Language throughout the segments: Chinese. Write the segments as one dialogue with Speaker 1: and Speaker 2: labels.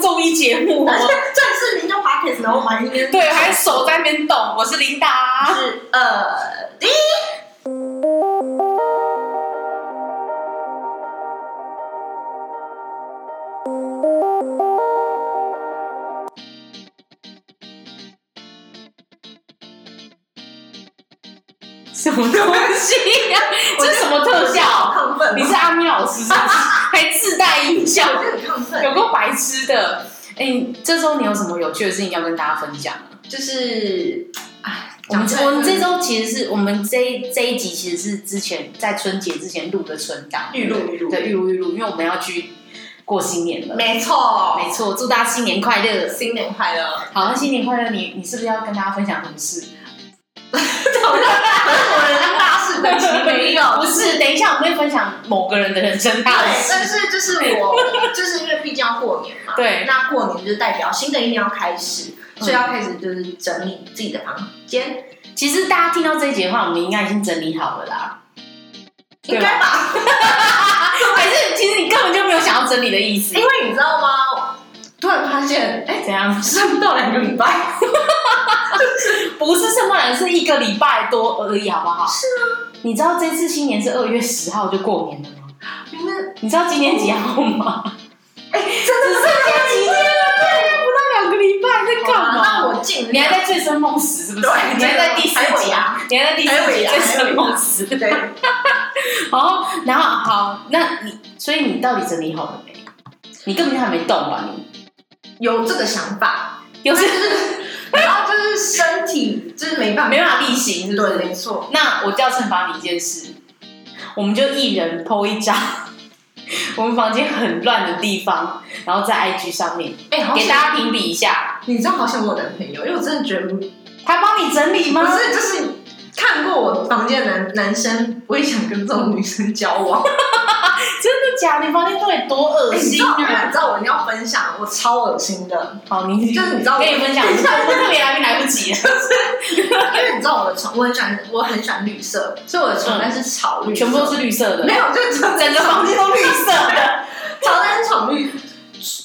Speaker 1: 综艺节目哦
Speaker 2: 而且， 正式名叫 Pockets，然后玩一边
Speaker 1: 对，还手在那边动。我是琳达，
Speaker 2: 是呃，第一
Speaker 1: 什么东西呀、
Speaker 2: 我
Speaker 1: 这
Speaker 2: 就
Speaker 1: 什么特效？
Speaker 2: 很亢奋，
Speaker 1: 你是阿咪老师是不是？还自带音效，
Speaker 2: 我就很亢
Speaker 1: 有
Speaker 2: 奋，
Speaker 1: 够白痴的。哎、这周你有什么有趣的事情要跟大家分享吗？
Speaker 2: 就是哎，
Speaker 1: 我们
Speaker 2: 讲出来
Speaker 1: 我们这周其实是我们这一这一集其实是之前在春节之前录的存档
Speaker 2: 预录预录
Speaker 1: 对预录预录，因为我们要去过新年了。
Speaker 2: 没错，
Speaker 1: 没错，祝大家新年快乐！
Speaker 2: 新年快乐！
Speaker 1: 好，那新年快乐！你你是不是要跟大家分享什么事？
Speaker 2: 好像我人生大事，可惜没 有，
Speaker 1: 不是，等一下我们会分享某个人的人生大
Speaker 2: 对，但
Speaker 1: 事。
Speaker 2: 是就是我，就是因为毕竟要过年嘛，
Speaker 1: 对
Speaker 2: 那过年就是代表新的一年要开始，所以要开始就是整理自己的房间，
Speaker 1: 其实大家听到这一节的话，我们应该已经整理好了啦。对啊
Speaker 2: 应该吧？
Speaker 1: 还是其实你根本就没有想要整理的意思
Speaker 2: 因？为你知道吗？突然发现，哎、
Speaker 1: 怎样？
Speaker 2: 剩不到两个礼拜，
Speaker 1: 不是圣诞人，是一个礼拜多而已，好不好？
Speaker 2: 是
Speaker 1: 啊。你知道这次新年是二月十号就过年了吗？
Speaker 2: 你们
Speaker 1: 你知道今年几号 吗？
Speaker 2: 哎、
Speaker 1: 只
Speaker 2: 真的
Speaker 1: 剩
Speaker 2: 是
Speaker 1: 下几天了，对，不到两个礼拜，在
Speaker 2: 好啊
Speaker 1: 干嘛？
Speaker 2: 那我尽
Speaker 1: 你还
Speaker 2: 量。
Speaker 1: 在醉生梦死是不是？
Speaker 2: 对
Speaker 1: 你还在第四
Speaker 2: 还尾
Speaker 1: 集啊
Speaker 2: 牙，
Speaker 1: 你还在第四
Speaker 2: 还尾
Speaker 1: 集
Speaker 2: 牙
Speaker 1: 醉生梦死。
Speaker 2: 对，
Speaker 1: 哦，然后好，那你所以你到底整理好了没？你根本就还没动吧？你
Speaker 2: 有这个想法，
Speaker 1: 又是
Speaker 2: 然后就是身体就是没办法，
Speaker 1: 没办法例行，是不
Speaker 2: 对，
Speaker 1: 是？
Speaker 2: 没错，
Speaker 1: 那我就要惩罚你一件事，我们就一人 PO 一张我们房间很乱的地方，然后在 IG 上面
Speaker 2: 哎、好
Speaker 1: 给
Speaker 2: 想，
Speaker 1: 大家评比一下。
Speaker 2: 你知道好想我男朋友，因为我真的觉得
Speaker 1: 他帮你整理
Speaker 2: 不
Speaker 1: 吗？
Speaker 2: 是，就是看过我房间的男男生，我也想跟这种女生交往。
Speaker 1: 真的假的？你房间到底多恶
Speaker 2: 哎你知
Speaker 1: 心
Speaker 2: 道
Speaker 1: 啊！
Speaker 2: 你知道我一定要分享，我超恶心的，
Speaker 1: 好，你
Speaker 2: 就是你知道我
Speaker 1: 跟你分 享一下，我特别来宾来不及了。
Speaker 2: 因为你知道我的床，我很喜欢，我很喜欢绿色，所以我的床单是草绿色，
Speaker 1: 嗯全部都是绿色的，
Speaker 2: 没有，就是 整
Speaker 1: 整个房间都绿色 的。
Speaker 2: 床单是草绿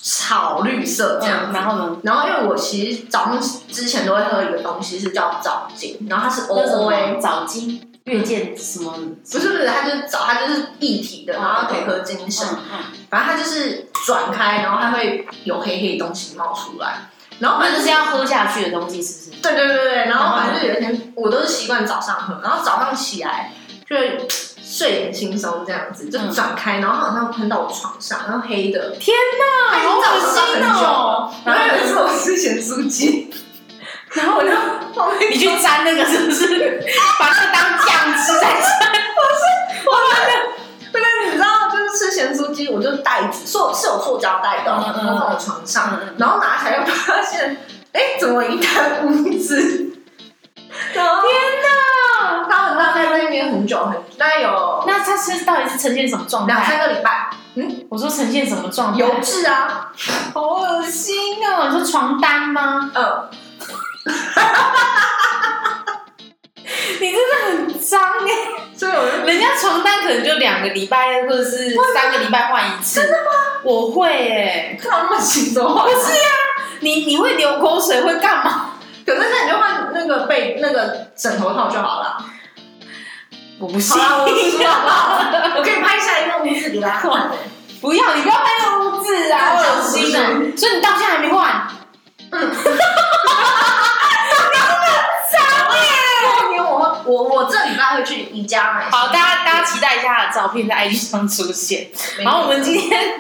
Speaker 2: 草绿色这样。
Speaker 1: 嗯，然后呢？
Speaker 2: 然后，因为我其实早上之前都会喝一个东西，是叫枣精，然后它是 O
Speaker 1: 那什
Speaker 2: O
Speaker 1: 么
Speaker 2: A，
Speaker 1: 早精月见什么？
Speaker 2: 不是不是，它就是枣，它就是液体的，然后它可以喝精神。
Speaker 1: 嗯嗯，
Speaker 2: 反正它就是转开，然后它会有黑黑的东西冒出来，然后
Speaker 1: 那
Speaker 2: 反
Speaker 1: 就
Speaker 2: 正
Speaker 1: 是要喝下去的东西，是不是？
Speaker 2: 对对对对，然后反正就有一天我都是习惯早上喝，然后早上起来就会睡眼惺忪这样子，就转开，然后好像喷到我床上，然后黑的，
Speaker 1: 天
Speaker 2: 它
Speaker 1: 哪，
Speaker 2: 已经
Speaker 1: 好
Speaker 2: 在我
Speaker 1: 恶
Speaker 2: 床上
Speaker 1: 心
Speaker 2: 很久了
Speaker 1: 哦！
Speaker 2: 然后有一次我吃咸酥鸡， 然后我就 我们
Speaker 1: 你去沾那个是不是？ 把那个当酱吃在吃？
Speaker 2: 对对，你知道就是吃咸酥鸡，我就袋子，塑是有塑胶袋的哦，
Speaker 1: 嗯嗯嗯
Speaker 2: 然后放我床上，
Speaker 1: 嗯嗯
Speaker 2: 然后拿起来又发现，哎，怎么一滩污渍？ 然后
Speaker 1: 天哪！
Speaker 2: 他们在那边很久很，大概有
Speaker 1: 那它是到底是呈现什么状
Speaker 2: 两
Speaker 1: 态？
Speaker 2: 三个礼拜，嗯
Speaker 1: 我说呈现什么状态？
Speaker 2: 油渍啊，
Speaker 1: 好恶心哦！你说床单吗？
Speaker 2: 嗯，
Speaker 1: 你真的很脏哎！
Speaker 2: 所以我就
Speaker 1: 人家床单可能就两个礼拜或者是三个礼拜换一次，真的吗？我会哎、
Speaker 2: 看到那么轻松，
Speaker 1: 不是呀、你你会流口水会干嘛？
Speaker 2: 可是那你就换那个被那个枕头套就好了。
Speaker 1: 我不
Speaker 2: 好
Speaker 1: 信，
Speaker 2: 啦，我输好不好？我可以拍下一个屋子给大家看。
Speaker 1: 不要你不要拍那个污渍啊，好恶心啊！所以你到现在还没换，嗯
Speaker 2: 过年我我我这礼拜会去宜家买。
Speaker 1: 好，大家大家期待一下他的照片在 IG 上出现。
Speaker 2: 没错，
Speaker 1: 然后我们今 天，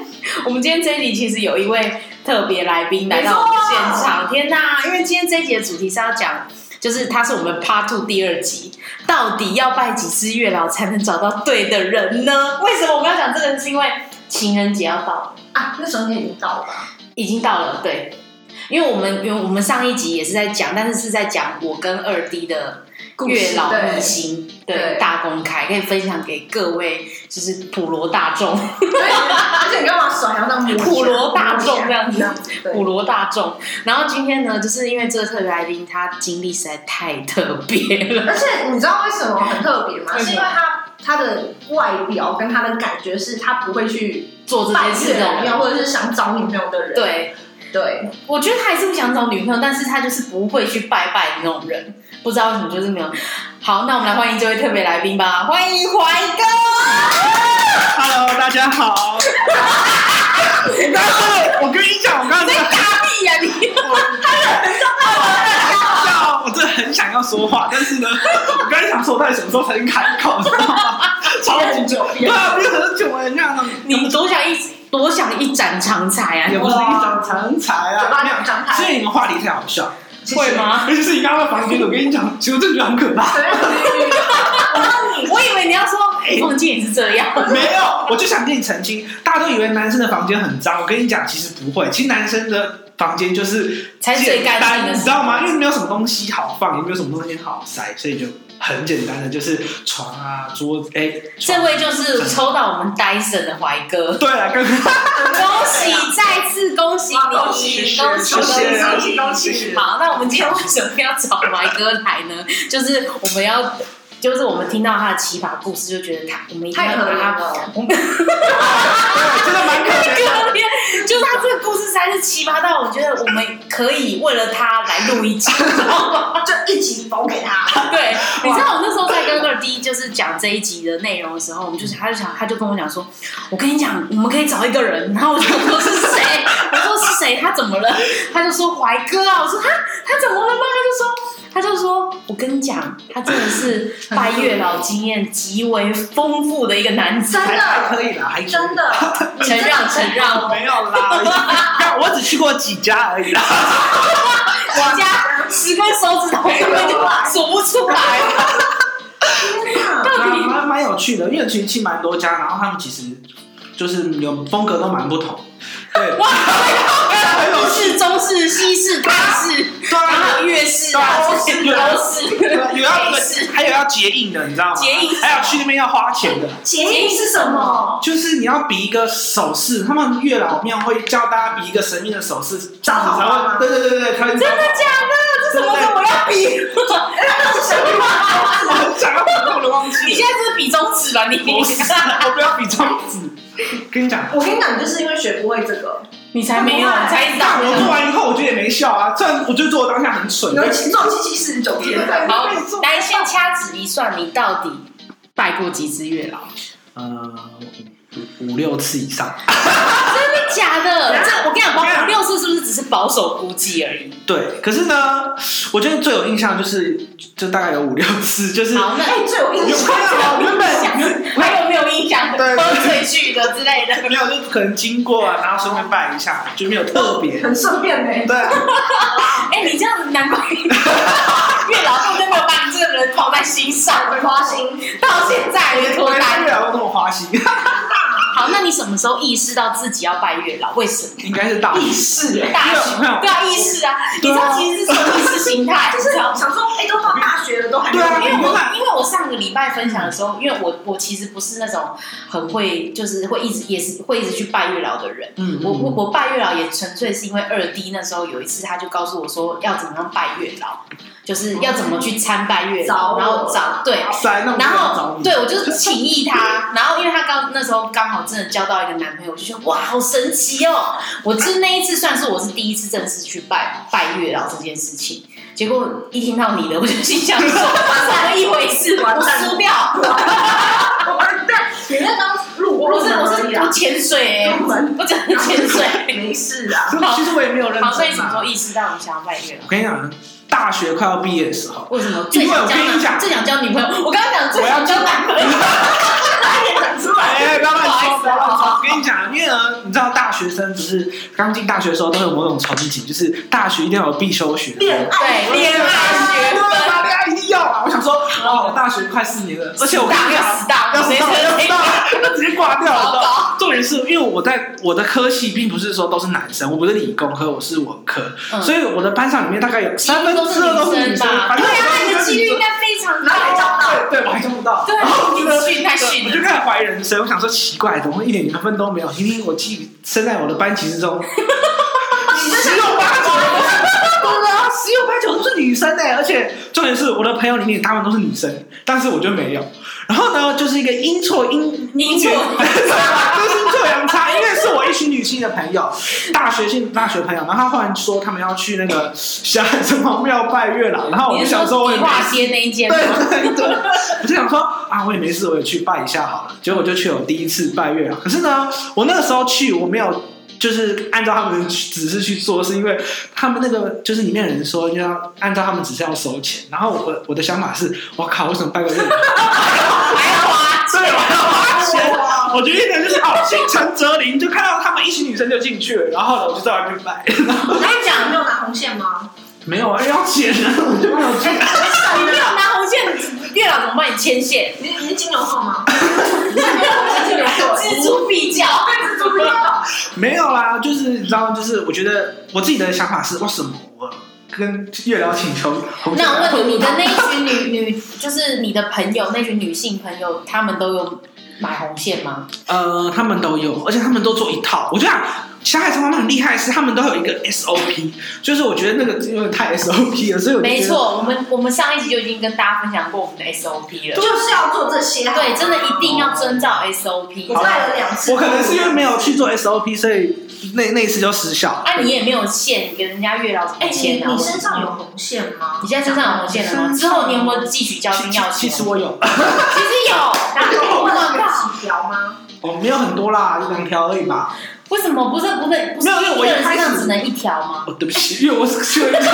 Speaker 1: 我们今天这一集其实有一位特别来宾来到我们现场。天哪！因为今天这一集的主题是要讲，就是它是我们 Part Two 第二集，到底要拜几次月老才能找到对的人呢？为什么我们要讲这个？是因为情人节要到了，
Speaker 2: 啊，那时候你已经到了吧？
Speaker 1: 已经到了，对。因为我们因为我们上一集也是在讲，但是是在讲我跟二 D 的
Speaker 2: 故事
Speaker 1: 月老
Speaker 2: 对
Speaker 1: 秘辛
Speaker 2: 对
Speaker 1: 的大公开，可以分享给各位就是普罗大众、
Speaker 2: 对，而且你干嘛手还要当摸一下
Speaker 1: 普罗大众这样子
Speaker 2: 这样子？啊对
Speaker 1: 普罗大众。然后今天呢，就是因为这个特别来宾他经历实在太特别了，
Speaker 2: 而且你知道为什么很特别吗？
Speaker 1: 为什么
Speaker 2: 是因为他他的外表跟他的感觉是他不会去
Speaker 1: 做这
Speaker 2: 拜
Speaker 1: 件事
Speaker 2: 月
Speaker 1: 的
Speaker 2: 老
Speaker 1: 人，
Speaker 2: 庙或者是想找女朋友的人。，
Speaker 1: 对。
Speaker 2: 对，
Speaker 1: 我觉得他还是不想找女朋友，但是他就是不会去拜拜的那种人，不知道为什么就是没有。好，那我们来欢迎这位特别来宾吧，欢迎怀哥。
Speaker 3: Hello，大家好。我刚刚，我跟你讲，我刚刚
Speaker 1: 你
Speaker 3: 真
Speaker 1: 在
Speaker 3: 的
Speaker 1: 打屁呀、你！
Speaker 3: 很笑，我真的很想要说话，但是呢，我刚才想说，到底什么时候才能开口，你知道吗？超级久，对啊，不是很久哎，那样
Speaker 1: 你多想一多想一展长才啊！
Speaker 3: 也不是一张长才
Speaker 2: 嘴巴
Speaker 3: 啊，
Speaker 2: 两张
Speaker 3: 所
Speaker 2: 开，
Speaker 3: 以你们话题太好笑，
Speaker 2: 谢谢
Speaker 1: 会？吗？
Speaker 3: 尤其是你刚刚的房间，我跟你讲，其实我真的觉得很可怕。
Speaker 2: 对
Speaker 1: 我以为你要说，哎、忘记也是这样。
Speaker 3: 没有，我就想跟你澄清，大家都以为男生的房间很脏，我跟你讲，其实不会，其实男生的房间就是
Speaker 1: 才是最
Speaker 3: 简
Speaker 1: 干净
Speaker 3: 单，
Speaker 1: 的
Speaker 3: 你知道吗？因为没有什么东西好放，也没有什么东西好塞，所以就很简单的，就是床啊、桌子，哎、
Speaker 1: 这
Speaker 3: 床
Speaker 1: 位就是抽到我们 Dyson 的怀哥，
Speaker 3: 对啊，刚刚
Speaker 1: 恭喜，再次恭喜你，
Speaker 2: 哇
Speaker 1: 恭
Speaker 2: 恭
Speaker 1: 喜
Speaker 2: 喜
Speaker 1: 恭喜
Speaker 3: 谢谢
Speaker 1: 恭喜！
Speaker 2: 恭喜
Speaker 1: 好，那我们今天为什么要找怀哥来呢？就是我们要，就是我们听到他的奇葩故事，就觉得他我们一定
Speaker 2: 太
Speaker 1: 要
Speaker 2: 可
Speaker 1: 把
Speaker 2: 怜
Speaker 1: 他。
Speaker 2: 了。
Speaker 3: 对啊真的蛮可
Speaker 1: 太
Speaker 3: 怜的。
Speaker 1: 可怜，就是他这个故事实在是奇葩到，我觉得我们可以为了他来录一集，你知道吗？
Speaker 2: 就一集包给他。
Speaker 1: 对，你知道我那时候在跟二 D 就是讲这一集的内容的时候，我们就是他就想他就跟我讲说，我跟你讲，我们可以找一个人，然后我就说是谁，我说是谁，他怎么了？他就说怀哥啊，我说哈，他怎么了吗？他就说他就说我跟你讲，他真的是拜月老经验极为丰富的一个男子，
Speaker 2: 真
Speaker 3: 还还
Speaker 2: 的，
Speaker 3: 可以啦，还可以
Speaker 2: 真的，
Speaker 1: 承让承让，
Speaker 3: 没有啦，但我只去过几家而已啦。
Speaker 1: 我家十根手指头根本就数不出来。
Speaker 2: 天哪！
Speaker 1: 到底
Speaker 3: 蛮蛮有趣的，因为其实去蛮多家，然后他们其实就是有风格都蛮不同。 对，
Speaker 1: 哇，日式、中式、西式、泰式，
Speaker 3: 对
Speaker 1: 然
Speaker 3: 啊
Speaker 1: 后还有粤式啊，
Speaker 3: 对
Speaker 1: 都
Speaker 3: 啊
Speaker 1: 是
Speaker 3: 对啊
Speaker 1: 都是。
Speaker 3: 有要
Speaker 1: 美式
Speaker 3: 还有要结印的，你知道吗？
Speaker 1: 结印是什么
Speaker 3: 还有去那边要花钱的，
Speaker 2: 结义是什么？
Speaker 3: 就是你要比一个手势，他们月老庙会教大家比一个神秘的手势，这样子
Speaker 2: 找
Speaker 3: 才
Speaker 2: 好
Speaker 3: 会。
Speaker 2: 吗
Speaker 3: 对对对对，才会
Speaker 1: 真的假的？这什么时候我要比？
Speaker 3: 我很想要比，但我都忘
Speaker 1: 你
Speaker 3: 记了。
Speaker 1: 现在是比中指吧？你
Speaker 3: 不是，我不要比中指。跟你讲，
Speaker 2: 我跟你讲，你就是因为学不会这个，
Speaker 1: 你才没有，你才一
Speaker 3: 但我做
Speaker 1: 道。
Speaker 3: 完以后，我觉得也没效啊。虽然我觉得做我当下很蠢，
Speaker 2: 有七做七七四十九天的，
Speaker 1: 好，来先掐指一算，你到底拜过几只月老？
Speaker 3: 呃，五五六次以上。
Speaker 1: 真的假的？这我跟你讲，保五六次是不是只是保守估计而已？
Speaker 3: 对，可是呢，我觉得最有印象就是，就大概有五六次，就是
Speaker 1: 好，那
Speaker 2: 哎，最有印象的，
Speaker 3: 有原本
Speaker 1: 还有没有印象？
Speaker 3: 对
Speaker 1: 喝醉去的之类的。
Speaker 3: 没有，就可能经过啊，然后顺便拜一下，就没有特别。
Speaker 2: 很顺便呢。
Speaker 3: 对啊，
Speaker 1: 哎、你 这样难怪月老都没有把你这个人放在心上，
Speaker 2: 花心，
Speaker 1: 到现在还没脱
Speaker 3: 月
Speaker 1: 单。
Speaker 3: 老那么花心，
Speaker 1: 好，那你什么时候意识到自己要拜月老？为什么？
Speaker 3: 应该是大意识
Speaker 1: 大学
Speaker 3: 没有
Speaker 1: 对啊，意识啊，你知
Speaker 3: 对
Speaker 1: 道
Speaker 3: 啊
Speaker 1: 其实是什么意识形态？就
Speaker 2: 就是是想说，哎，都到大学了，都还没
Speaker 3: 对啊
Speaker 1: 因为
Speaker 2: 有。
Speaker 1: 我因为我上个礼拜分享的时候，因为我我其实不是那种很会，就是会一直也是会一直去拜月老的人。
Speaker 3: 嗯
Speaker 1: 我我我拜月老也纯粹是因为二 D 那时候有一次他就告诉我说要怎么样拜月老，就是要怎么去参拜月
Speaker 2: 找
Speaker 1: 老，
Speaker 2: 我
Speaker 1: 然后找对，
Speaker 3: 塞，那我
Speaker 1: 然
Speaker 3: 就
Speaker 1: 后
Speaker 3: 找你
Speaker 1: 对我就是请意他，然后因为他刚那时候刚好真的交到一个男朋友，我就觉得哇好神奇哦！我就是那一次算是我是第一次正式去拜拜月老这件事情。结果一听到你的，我就心想说，怎么一回事？
Speaker 2: 完
Speaker 1: 我
Speaker 2: 蛋
Speaker 1: 输掉，
Speaker 2: 完蛋，你那刚路
Speaker 1: 我
Speaker 2: 过，
Speaker 1: 是我是
Speaker 2: 啊
Speaker 1: 我潜水、欸，我只能潜水。
Speaker 2: 没事啊。
Speaker 3: 其实我也没有认
Speaker 1: 好，所以什
Speaker 3: 真
Speaker 1: 么时候
Speaker 3: 啊。
Speaker 1: 意识到你想要拜月老？
Speaker 3: 我跟你讲，大学快要毕业的时候，
Speaker 1: 为什么最想交
Speaker 3: 因为我跟你
Speaker 1: 男
Speaker 3: 讲
Speaker 1: 最想交女朋友？我刚刚讲最想交男朋友，
Speaker 2: 出
Speaker 3: 哎，不要乱
Speaker 1: 不好意
Speaker 3: 说，
Speaker 1: 思
Speaker 3: 不要乱
Speaker 1: 好好
Speaker 3: 说。我跟你讲，因为呢，你知道大学生不是刚进大学的时候都有某种憧憬，就是大学一定要有必修学分
Speaker 2: 恋爱，
Speaker 1: 对恋爱学
Speaker 3: 对
Speaker 1: 分
Speaker 3: 啊，恋爱一定要啊！我想说，哦，我大学快四年了，而且我跟
Speaker 1: 大
Speaker 3: 你
Speaker 1: 要
Speaker 3: 讲
Speaker 1: 死，大，
Speaker 3: 要死
Speaker 1: 谁
Speaker 3: 到要
Speaker 1: 谁
Speaker 3: 死
Speaker 1: 谁
Speaker 3: 到，那直接挂掉
Speaker 1: 糟
Speaker 3: 了。
Speaker 1: 糕
Speaker 3: 重点是因为我在我的科系并不是说都是男生，我不是理工科，我是文科，
Speaker 1: 嗯
Speaker 3: 所以我的班上里面大概有三分之二都是女生，
Speaker 1: 吧？
Speaker 3: 反正
Speaker 1: 对啊，
Speaker 3: 我
Speaker 1: 你的
Speaker 3: 班上
Speaker 1: 几
Speaker 3: 女
Speaker 1: 率应
Speaker 3: 生。
Speaker 1: 该非常高
Speaker 2: 哪里找
Speaker 1: 啊。
Speaker 2: 到？
Speaker 3: 对，我还中不到。
Speaker 1: 对
Speaker 3: 然后呢
Speaker 1: 你训太逊了
Speaker 3: 我就开始怀疑人生，我想说奇怪，怎么一点缘分都没有？明明我记忆生在我的班级之 中，十有八九都是，对啊，十有八九都是女生哎、而且重点是我的朋友里面他们都是女生，但是我就没有。然后呢，就是一个阴错阴
Speaker 1: 阴错
Speaker 3: 缘就是阴错阳差，因为是我一群女性的朋友，大学性大学朋友，然后他忽然说他们要去那个 霞什么庙拜月老，然后我
Speaker 1: 你
Speaker 3: 就是想说我也
Speaker 1: 迪
Speaker 3: 没
Speaker 1: 化
Speaker 3: 事
Speaker 1: 街那一间吗？
Speaker 3: 对对对，我就想说啊，我也没事，我也去拜一下好了。结果就去我第一次拜月老，可是呢，我那个时候去我没有。就是按照他们的指示去做，是因为他们那个就是里面的人说要按照他们指示要收钱，然后我我的想法是，我靠，为什么拜个月老？
Speaker 1: 还要花
Speaker 3: 对，我要花钱。
Speaker 2: 哇
Speaker 3: 我觉得一点就是哦，心诚则灵，就看到他们一群女生就进去了，然后呢，我就在外面拜， 然后
Speaker 2: 我跟你讲，你有拿红线吗？
Speaker 3: 没有啊，要钱啊，我就没有去。
Speaker 1: 你没有拿红线，月老怎么帮你牵线？
Speaker 2: 你你是金牛座吗？你是没有红线金牛座欸，
Speaker 1: 蜘蛛比较，蜘蛛比较，
Speaker 3: 没有啦，就是你知道，就是我觉得我自己的想法是，为什么我跟月老请求红线？
Speaker 1: 那我问你，你的那一群女 女，就是你的朋友那群女性朋友，她们都有买红线吗？
Speaker 3: 呃，他们都有，而且他们都做一套。我觉得啊小海城他们很厉害，是他们都有一个 SOP，就是我觉得那个有点太 SOP 了，所以我就觉得
Speaker 1: 没，错，我们我们上一集就已经跟大家分享过我们的 SOP 了。
Speaker 2: 就是要做这些。
Speaker 1: 对，真的一定要遵照
Speaker 2: 我
Speaker 1: SOP。
Speaker 2: 拜了两次，
Speaker 3: 啊我可能是因为没有去做 SOP，所以那那一次就失效。
Speaker 1: 啊，你也没有欠给人家月老什么
Speaker 2: 哎，你
Speaker 1: 钱啊？
Speaker 2: 你身上有红线吗？
Speaker 1: 你现在身上有红线了吗？
Speaker 3: 身上
Speaker 1: 之后你有没有汲取教
Speaker 3: 其
Speaker 1: 训要
Speaker 3: 其
Speaker 1: 钱？
Speaker 3: 其实我有，
Speaker 1: 其实 有，
Speaker 2: 然后我
Speaker 1: 我
Speaker 2: 问
Speaker 1: 靠！
Speaker 2: 了几条吗？
Speaker 3: 哦，没有很多啦，一两条而已吧。
Speaker 1: 为什么不是不是不是
Speaker 3: 没有因为我
Speaker 1: 一
Speaker 3: 一
Speaker 1: 个人
Speaker 3: 开
Speaker 1: 身
Speaker 3: 始
Speaker 1: 上只能一条吗？
Speaker 3: 哦，对不起，因为我是去了一条，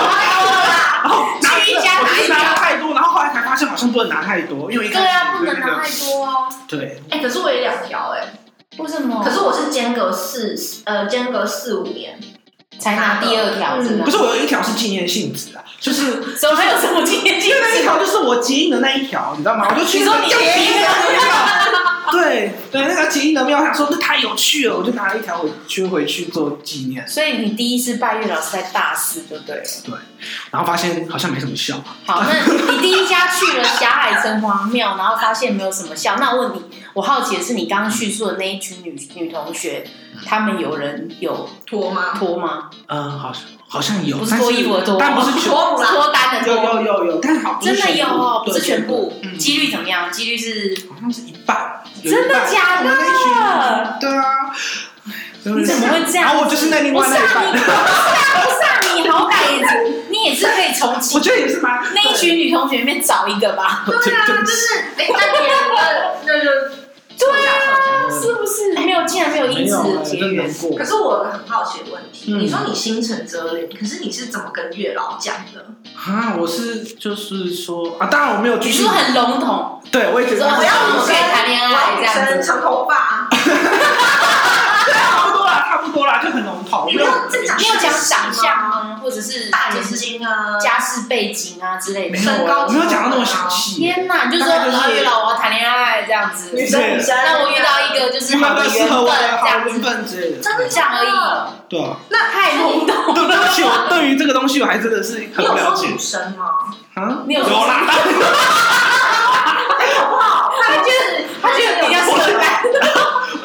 Speaker 3: 然后拿
Speaker 1: 去一家
Speaker 3: 我
Speaker 1: 拿一
Speaker 3: 是
Speaker 1: 条
Speaker 3: 拿太多，然后后来才发现好像不能拿太多，因为一
Speaker 1: 对
Speaker 3: 开始
Speaker 1: 啊，
Speaker 3: 我
Speaker 1: 不
Speaker 3: 对
Speaker 1: 能
Speaker 3: 那个
Speaker 1: 拿太多啊。
Speaker 3: 对，
Speaker 2: 哎，可是我也两条哎，
Speaker 1: 为什么？
Speaker 2: 可是我是间隔四呃间隔四五年，
Speaker 1: 才拿第二条，
Speaker 2: 嗯
Speaker 1: 真的
Speaker 3: 不是我有一条是纪念性质啊，就是
Speaker 1: 怎么还有什么纪念性
Speaker 3: 因为那一
Speaker 1: 质？
Speaker 3: 条就是我结印的那一条，你知道吗？我就去
Speaker 1: 你说你
Speaker 3: 就
Speaker 1: 结印的
Speaker 3: 对对，那个结印的庙，我想说这太有趣了，我就拿了一条回去回去做纪念，
Speaker 1: 所以你第一次拜月老是在大四，就对了。
Speaker 3: 然后发现好像没什么效。
Speaker 1: 好，那你第一家去了霞海城隍庙，然后发现没有什么效。那我问你，我好奇的是，你刚刚叙述的那一群女女同学，她们有人有
Speaker 2: 脱吗？
Speaker 1: 脱吗？
Speaker 3: 嗯，好像好像有，
Speaker 1: 不是
Speaker 3: 但
Speaker 1: 脱衣服的脱，
Speaker 3: 但不是全
Speaker 2: 脱啦，
Speaker 1: 脱单的
Speaker 3: 有
Speaker 1: 脱，
Speaker 3: 有有有，但好
Speaker 1: 真的有哦，不是全，部
Speaker 3: 嗯。
Speaker 1: 几率怎么样？几率是
Speaker 3: 对好像是一半，有一半
Speaker 1: 真的假
Speaker 3: 我们那群
Speaker 1: 的？
Speaker 3: 对啊，
Speaker 1: 你怎么会这样？
Speaker 3: 然后我就是那另
Speaker 1: 不
Speaker 3: 外
Speaker 1: 是
Speaker 3: 那一
Speaker 1: 啊，
Speaker 3: 半
Speaker 1: 你，不是啊，不是啊，你好歹也是你也是可以从其
Speaker 3: 我觉得也是蛮
Speaker 1: 那一群女同学里面找一个吧。
Speaker 2: 对啊，就是哎，那别人的那就对啊。
Speaker 1: 是不是没有？竟然没有因
Speaker 3: 哎没有
Speaker 1: 此
Speaker 3: 啊
Speaker 1: 结
Speaker 3: 真
Speaker 1: 缘
Speaker 3: 难，过
Speaker 2: 可。是我有个很好奇的问题，
Speaker 3: 嗯
Speaker 2: 你说你心诚则灵，可是你是怎么跟月老讲的？
Speaker 3: 啊，我是就是说啊，当然我没有继
Speaker 1: 你
Speaker 3: 续
Speaker 1: 是不是，很笼统？
Speaker 3: 对我也觉得
Speaker 1: 你说
Speaker 2: 我
Speaker 1: 不
Speaker 2: 要
Speaker 1: 要
Speaker 2: 女
Speaker 1: 我可
Speaker 2: 生
Speaker 1: 以谈恋爱
Speaker 2: 我要
Speaker 1: 这
Speaker 2: 女
Speaker 1: 样
Speaker 2: 生
Speaker 1: 子哦
Speaker 2: 长头发，
Speaker 3: 差不多啦，差不多啦，就很笼统，
Speaker 2: 你
Speaker 3: 没
Speaker 2: 没
Speaker 3: 有
Speaker 2: 有正讲
Speaker 1: 没有讲长相
Speaker 2: 吗？
Speaker 1: 啊，或者是
Speaker 2: 大
Speaker 1: 就
Speaker 2: 眼
Speaker 1: 是
Speaker 2: 睛啊，
Speaker 1: 家世背景啊之类的
Speaker 3: 没。有
Speaker 2: 身
Speaker 3: 啊
Speaker 2: 高
Speaker 3: 没有讲到那么详细，
Speaker 1: 天哪，你就说
Speaker 3: 大概就是
Speaker 1: 啊，月老我要谈恋爱这样子，
Speaker 2: 女生
Speaker 3: 对
Speaker 2: 女生，
Speaker 1: 那我遇到一个就是
Speaker 3: 你
Speaker 1: 好
Speaker 3: 们
Speaker 1: 的
Speaker 3: 的
Speaker 1: 缘
Speaker 3: 适
Speaker 1: 分
Speaker 3: 合我的
Speaker 1: 这
Speaker 3: 好
Speaker 1: 样
Speaker 3: 缘
Speaker 1: 子，
Speaker 3: 分之类的，
Speaker 2: 真的
Speaker 1: 这样
Speaker 2: 假
Speaker 1: 而已
Speaker 2: 的？。
Speaker 3: 对啊。
Speaker 2: 那
Speaker 1: 太笼统
Speaker 3: 对对不起，我
Speaker 1: 了。
Speaker 3: 对于这个东西我还真的是
Speaker 2: 你
Speaker 3: 很不
Speaker 2: 有
Speaker 3: 了
Speaker 2: 说
Speaker 3: 解
Speaker 2: 女生吗？
Speaker 3: 啊，
Speaker 1: 你有
Speaker 3: 有啦，
Speaker 2: 哎，好不好？
Speaker 1: 他觉得他觉得比较适合男，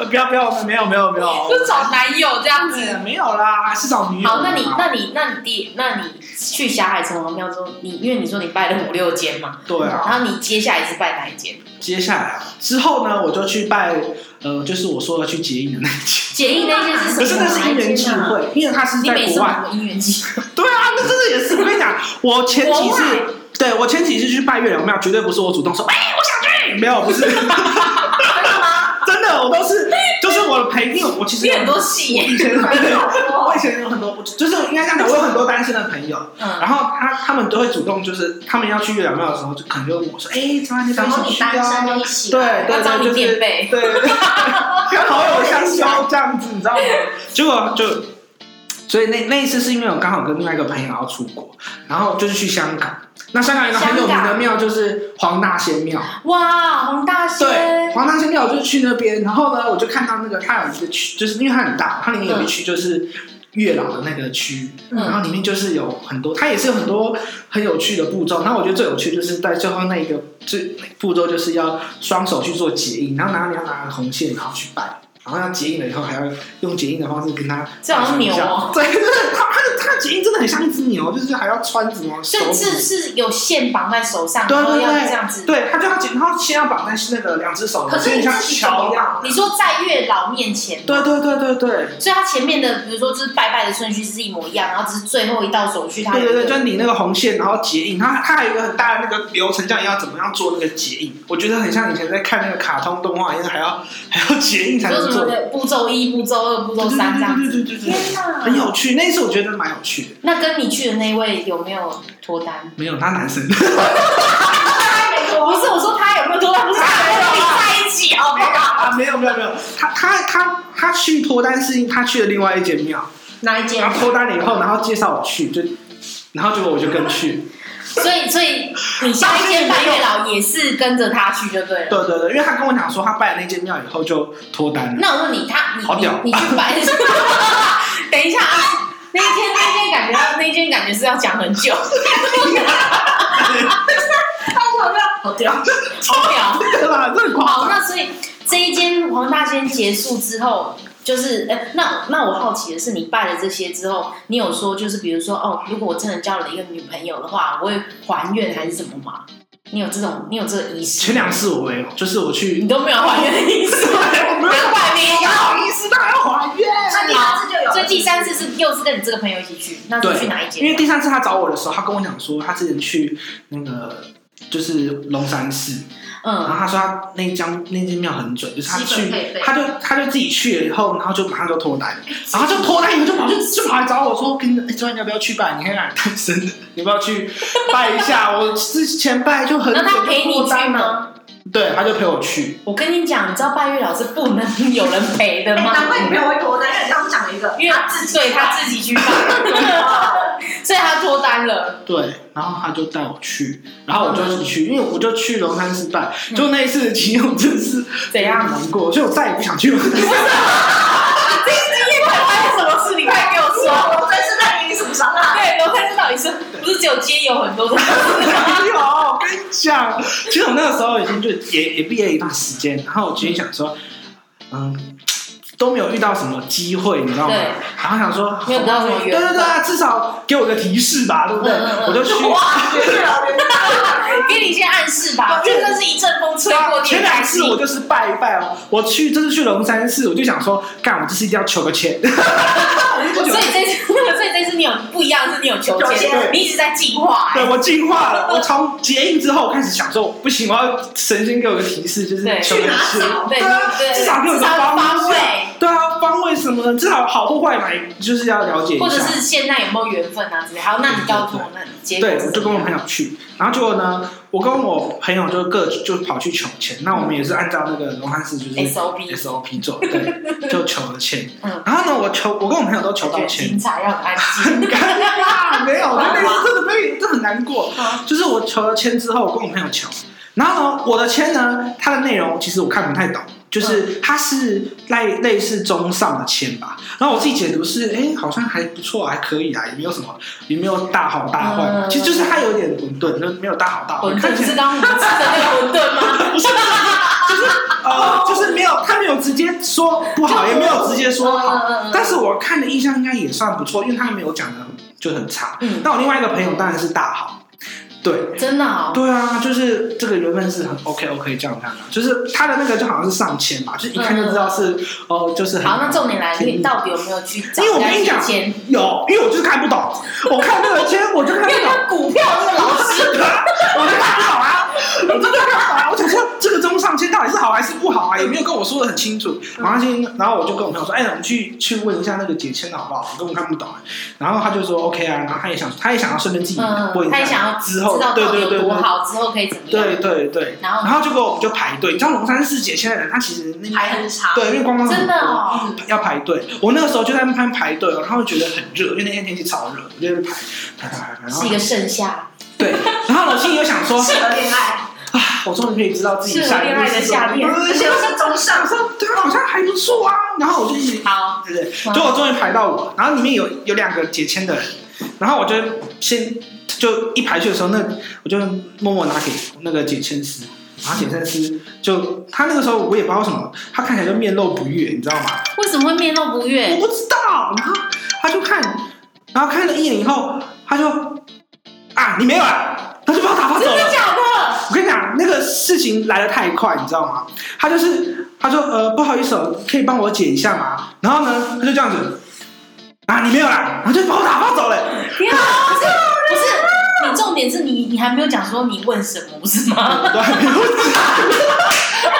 Speaker 3: 不要不要，没有没有没有，
Speaker 1: 就找男友这样子。
Speaker 3: 没有啦，是找女友。
Speaker 1: 好，那你那你那你第那你去霞海城隍庙之后，你因为你说你拜了五六间嘛，
Speaker 3: 对啊，
Speaker 1: 然后你接下来是拜哪一间？
Speaker 3: 接下来啊之后呢，我就去拜，呃，就是我说的去结印的那一间。
Speaker 1: 解印那间是什么？
Speaker 3: 可是那是因缘际
Speaker 1: 哪一间啊，
Speaker 3: 会，因为他是
Speaker 1: 你
Speaker 3: 在
Speaker 1: 每次
Speaker 3: 国外。
Speaker 1: 买过姻缘 机，
Speaker 3: 对啊，那真的也是。我跟你讲，我前几
Speaker 1: 国
Speaker 3: 次
Speaker 1: 外，
Speaker 3: 对我前几次去拜月亮庙，绝对不是我主动说，哎、我 想去，没有，不是，
Speaker 2: 真的吗？
Speaker 3: 真的，我都是，就是我的朋友，我其实
Speaker 1: 你
Speaker 3: 有
Speaker 1: 很多戏耶。
Speaker 3: 以前，我以前有很多，就是应该这样讲，我有很多单身的朋友，
Speaker 1: 嗯，
Speaker 3: 然后他他们都会主动，就是他们要去月亮庙的时候，就可能就问我说：“哎、张安妮，
Speaker 2: 然后
Speaker 3: 你
Speaker 2: 你
Speaker 3: 去啊
Speaker 2: 单身就一起
Speaker 3: 对
Speaker 2: 来，
Speaker 1: 要
Speaker 3: 对
Speaker 1: 找
Speaker 3: 对，
Speaker 1: 你
Speaker 3: 就是
Speaker 1: 垫
Speaker 3: 对
Speaker 1: 背。
Speaker 3: 对，跟好友相交这样子，你知道吗？结果就，所以那那一次是因为我刚好跟另外一个朋友要出国，然后就是去香港。那香港有一个很有名的庙就是黄大仙庙，
Speaker 1: 哇，洪大
Speaker 3: 对，
Speaker 1: 仙，
Speaker 3: 黄大仙庙我就去那边，然后呢，我就看到那个它有一个区，就是因为它很大，它里面有一区就是月老的那个区，
Speaker 1: 嗯
Speaker 3: 然后里面就是有很多，它也是有很多很有趣的步骤。那我觉得最有趣就是在最后那一个最步骤，就是要双手去做结印，然后拿你要拿红线，然后去拜。然后要结印了以后，还要用结印的方式跟他
Speaker 1: 这好像牛哦
Speaker 3: 对，就是他他他那结印真的很像一只牛，就是还要穿什么手
Speaker 1: 甚至
Speaker 3: 指，
Speaker 1: 是有线绑在手上，
Speaker 3: 对
Speaker 1: 然后
Speaker 3: 对
Speaker 1: 要
Speaker 3: 对
Speaker 1: 这样子。
Speaker 3: 对，他就要剪，他先要绑在那个两只手，
Speaker 2: 可是
Speaker 3: 有
Speaker 2: 你
Speaker 3: 点像
Speaker 2: 自己怎
Speaker 3: 桥
Speaker 2: 么
Speaker 3: 一样。
Speaker 2: 绑？
Speaker 1: 你说在月老面前，
Speaker 3: 对对对对对，
Speaker 1: 所以他前面的，比如说就是拜拜的顺序是一模一样，然后只是最后一道手续，他
Speaker 3: 对
Speaker 1: 有
Speaker 3: 对
Speaker 1: 一
Speaker 3: 对，
Speaker 1: 个
Speaker 3: 就是你那个红线，然后结印，它它还有一个很大的那个流程，叫你要怎么样做那个结印。我觉得很像以前在看那个卡通动画一样，还要 还要结印才
Speaker 1: 说
Speaker 3: 能
Speaker 1: 什么
Speaker 3: 做。
Speaker 1: 的步骤一、步骤二、步骤三这样
Speaker 3: 对
Speaker 1: 子。
Speaker 3: 对对对对对，
Speaker 1: 天哪，
Speaker 3: 很有趣。那一次我觉得蛮有趣的，
Speaker 1: 那跟你去的那位有没有脱 单？
Speaker 3: 没有他男生，哎啊
Speaker 1: 不是我说他有没有脱单，不是他有没有在一起，好不好？
Speaker 3: 啊，没有没有没有，他他他他去脱单是因他去了另外一间庙，
Speaker 2: 哪一
Speaker 3: 然
Speaker 2: 间？
Speaker 3: 后脱单了以后，然后介绍我去，就然后结果我就跟去。
Speaker 1: 所以，所以你下一间拜月老也是跟着他去就对了。
Speaker 3: 对对对，因为他跟我讲说他拜了那间庙以后就脱单了。
Speaker 1: 那我问你，他你
Speaker 3: 好屌
Speaker 1: 你你去拜， 等一下啊，那一天那一天感觉到那一天感觉是要讲很 久，
Speaker 2: 好屌！
Speaker 1: 好屌。
Speaker 3: 对吧？这很夸
Speaker 1: 好，
Speaker 3: 张。
Speaker 1: 那所以这一间黄大仙结束之后，就是呃，那那我好奇的是，你拜了这些之后，你有说就是比如说哦，如果我真的交了一个女朋友的话，我会还愿还是什么吗？你有这种你有这个仪式？
Speaker 3: 前两次我没有，就是我去
Speaker 1: 你，都没有还愿的意思，
Speaker 3: 我 没有
Speaker 1: 难怪没有。
Speaker 3: 好意思，当然要还愿。
Speaker 2: 那你上次就有了，
Speaker 1: 所以第三次啊是又是跟你这个朋友一起去，那
Speaker 3: 对
Speaker 1: 是去哪一间？
Speaker 3: 因为第三次他找我的时候，他跟我讲说，他之前去那个就是龙山寺，然
Speaker 1: 嗯，
Speaker 3: 后他说他那张那间庙很准，就是他
Speaker 2: 基本
Speaker 3: 去
Speaker 2: 配备，
Speaker 3: 他就他就自己去了以后，然后就马上就脱单，然后就脱单以后就跑去就跑来找我说，跟哎，昨天你要不要去拜？你看 看单身，你要不要去拜一下？我之前拜就很
Speaker 1: 那
Speaker 3: 准
Speaker 1: 他陪
Speaker 3: 就
Speaker 1: 你
Speaker 3: 脱
Speaker 1: 去
Speaker 3: 单了，
Speaker 1: 吗？
Speaker 3: 对，他就陪我去。
Speaker 1: 我跟你讲，你知道拜月老是不能有人陪的
Speaker 2: 哎
Speaker 1: 吗？
Speaker 2: 难怪你朋友会脱单，因为你刚刚讲了一个，
Speaker 1: 因为他自己，对他自己 去拜，所以他脱单了。
Speaker 3: 对，然后他就带我去，然后我就一起去，因为我就去龙山寺拜，就那一次的经验我真是
Speaker 1: 嗯怎样
Speaker 3: 难过，所以我再也不想去龙山寺。
Speaker 1: 啊这今天快发生什么事？你快给我说。
Speaker 2: 我真是在你什么伤啊？
Speaker 1: 对，罗太知道你是不是只有街友很多的？
Speaker 3: 没有，我跟你讲，其实我那个时候已经就也也毕业一段时间，然后我决定想说，嗯，都没有遇到什么机会，你知道吗
Speaker 1: 对？
Speaker 3: 然后想说，
Speaker 1: 没有遇到什么
Speaker 3: 对
Speaker 1: 缘分
Speaker 3: 对 对啊，至少给我个提示吧，对不对？
Speaker 1: 嗯嗯嗯
Speaker 3: 我就去。
Speaker 1: 给你一些暗示吧，这真是一阵风吹过，你
Speaker 3: 啊前
Speaker 1: 也
Speaker 3: 两
Speaker 1: 开
Speaker 3: 次
Speaker 1: 心
Speaker 3: 我。就是拜一拜哦，我去这次去龙山寺，我就想说，干，我这次一定要求个 签。
Speaker 1: 所以这次， 所以这次你有不一样，是你有求
Speaker 2: 求
Speaker 1: 签，
Speaker 2: 签
Speaker 1: 你一直在进化、
Speaker 3: 对
Speaker 1: 哎
Speaker 3: 我进化了，我从结印之后我开始想说，不行，我要神仙给我个提示，就是
Speaker 1: 对
Speaker 3: 求个签。
Speaker 1: 对
Speaker 3: 啊
Speaker 1: 对，
Speaker 3: 至少给我
Speaker 1: 至
Speaker 3: 个
Speaker 1: 少有
Speaker 3: 方
Speaker 1: 方
Speaker 3: 位。
Speaker 1: 位。
Speaker 3: 对啊，方位什么的，至少好或坏嘛，就是要了解一下。
Speaker 1: 或者是现在有没有缘分啊之类。好，那你告诉我，那你结果
Speaker 3: 对，
Speaker 1: 是
Speaker 3: 我就
Speaker 1: 怎
Speaker 3: 跟
Speaker 1: 么
Speaker 3: 我
Speaker 1: 样
Speaker 3: 朋友去，然后结果呢，我跟我朋友就各就跑去求签，那我们也是按照那个龙汉寺就是
Speaker 1: SOP
Speaker 3: SOP 做，对，就求了签。
Speaker 1: 嗯
Speaker 3: 然后呢，我求我跟我朋友都求
Speaker 1: 我觉
Speaker 3: 到
Speaker 1: 得
Speaker 3: 签
Speaker 1: 精，彩，要很安静。
Speaker 3: 很尴尬， 没有，我那次真的被真的很难过
Speaker 1: 好。
Speaker 3: 就是我求了签之后，我跟我朋友求，然后呢，我的签呢，它的内容其实我看不太懂。
Speaker 1: 嗯
Speaker 3: 就是它是类类似中上的签吧，然后我自己解读是，哎、好像还不错，还可以啊，也没有什么，也没有大好大坏，
Speaker 1: 嗯
Speaker 3: 其实就是它有点混沌，就没有大好大坏，
Speaker 1: 馄
Speaker 3: 看
Speaker 1: 饨
Speaker 3: 起
Speaker 1: 不
Speaker 3: 来
Speaker 1: 是刚刚我们吃的那个馄饨吗？
Speaker 3: 不是，就是
Speaker 1: 哦
Speaker 3: 呃，就是没有，他没有直接说不好，也没有直接说
Speaker 1: 嗯嗯嗯
Speaker 3: 好
Speaker 1: 嗯，
Speaker 3: 但是我看的印象应该也算不错，因为他没有讲的就很差。
Speaker 1: 嗯，
Speaker 3: 那我另外一个朋友当然是大好，对。
Speaker 1: 真的哦。
Speaker 3: 对啊，就是这个缘分是很 OK OK 这样这样，就是他的那个就好像是上千吧，就是一看就知道是哦、就是很
Speaker 1: 嗯好，那重点来了，
Speaker 3: 甜蜜
Speaker 1: 你到底有没有去找
Speaker 3: 因为我
Speaker 1: 人
Speaker 3: 跟你
Speaker 1: 家
Speaker 3: 讲
Speaker 1: 去签？
Speaker 3: 有，因为我就是看不懂，我看那个签我就看
Speaker 1: 因
Speaker 3: 不
Speaker 1: 为
Speaker 3: 懂，
Speaker 1: 跟股票那个老师，
Speaker 3: 我就看不懂啊，我真的看不懂啊！我想说这个中上签到底是好还是不好啊？也没有跟我说的很清楚。然后先，然后我就跟我朋友说：“哎、我们去去问一下那个解签的好不好？我根本看不懂、啊。”然后他就说：“OK 啊。”然后他也想，他也想要顺便自己问
Speaker 1: 嗯，
Speaker 3: 一
Speaker 1: 他
Speaker 3: 下，
Speaker 1: 也想要知
Speaker 3: 之
Speaker 1: 道
Speaker 3: 后，
Speaker 1: 到
Speaker 3: 对
Speaker 1: 底
Speaker 3: 对
Speaker 1: 有
Speaker 3: 对
Speaker 1: 多好，之后可以怎么样？
Speaker 3: 对对对对。
Speaker 1: 然后
Speaker 3: 然后结果我们就排队，你知道龙山寺解签的人，他其实那
Speaker 2: 还很长，
Speaker 3: 对，因为观光
Speaker 1: 真
Speaker 3: 很
Speaker 1: 的
Speaker 3: 多。
Speaker 1: 哦，
Speaker 3: 要排队，我那个时候就在那边排队，然后觉得很热，因为那天天气超热，我就在那边排排排排排，然后
Speaker 1: 是一个盛夏，
Speaker 3: 对，然后我心里又想说，
Speaker 2: 适合恋爱，
Speaker 3: 啊，我终于可以知道自己下一步是什么
Speaker 2: 而且又是中上
Speaker 3: 想，说对啊，好像还不错啊。然后我就一直
Speaker 1: 好，
Speaker 3: 对对，
Speaker 1: 哇
Speaker 3: 结果终于排到我，然后里面有有两个解签的人，然后我就先就一排去的时候，那我就默默拿给那个解签师，然后解签师就他那个时候我也不知道为什么，他看起来就面露不悦，你知道吗？
Speaker 1: 为什么会面露不悦？
Speaker 3: 我不知道，然后他就看。然后看了一眼以后，他就啊，你没有啊，他就把我打发走
Speaker 1: 真
Speaker 3: 了
Speaker 1: 的。假的？
Speaker 3: 我跟你讲，那个事情来的太快，你知道吗？他就是他说呃不好意思、哦，可以帮我剪一下吗？然后呢，他就这样子啊，你没有啦，然后就把我打发走了。
Speaker 1: 你好，不是不是，你重点是你你还没有讲说你问什么不是吗？
Speaker 3: 我还没有剪。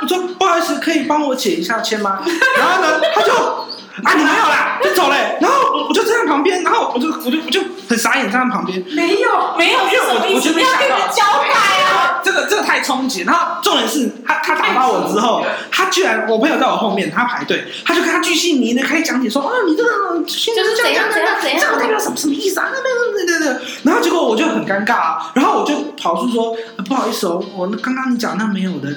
Speaker 3: 我说不好意思，可以帮我剪一下签吗？然后呢，他就啊，你没有啦，就走了。然后我我就站在旁边，然后我就我就我就很傻眼站在旁边。
Speaker 2: 没有，
Speaker 1: 没有，
Speaker 3: 因为我
Speaker 1: 什么意
Speaker 3: 我
Speaker 1: 思？
Speaker 3: 就
Speaker 1: 你
Speaker 3: 没
Speaker 1: 要
Speaker 3: 想
Speaker 1: 跟
Speaker 3: 到
Speaker 1: 人交代啊！
Speaker 3: 这个这个太冲击。然后重点是他他打发我之后，他居然我朋友在我后面，他排队，他就跟他巨细靡的开始讲解说啊，你这个现在
Speaker 1: 就是
Speaker 3: 这
Speaker 1: 怎样
Speaker 3: 样
Speaker 1: 怎样怎样
Speaker 3: 这个代表什么什么意思啊？那那那那那那，然后结果我就很尴尬啊，然后我就跑出说、呃不好意思哦，我刚刚你讲那没有的。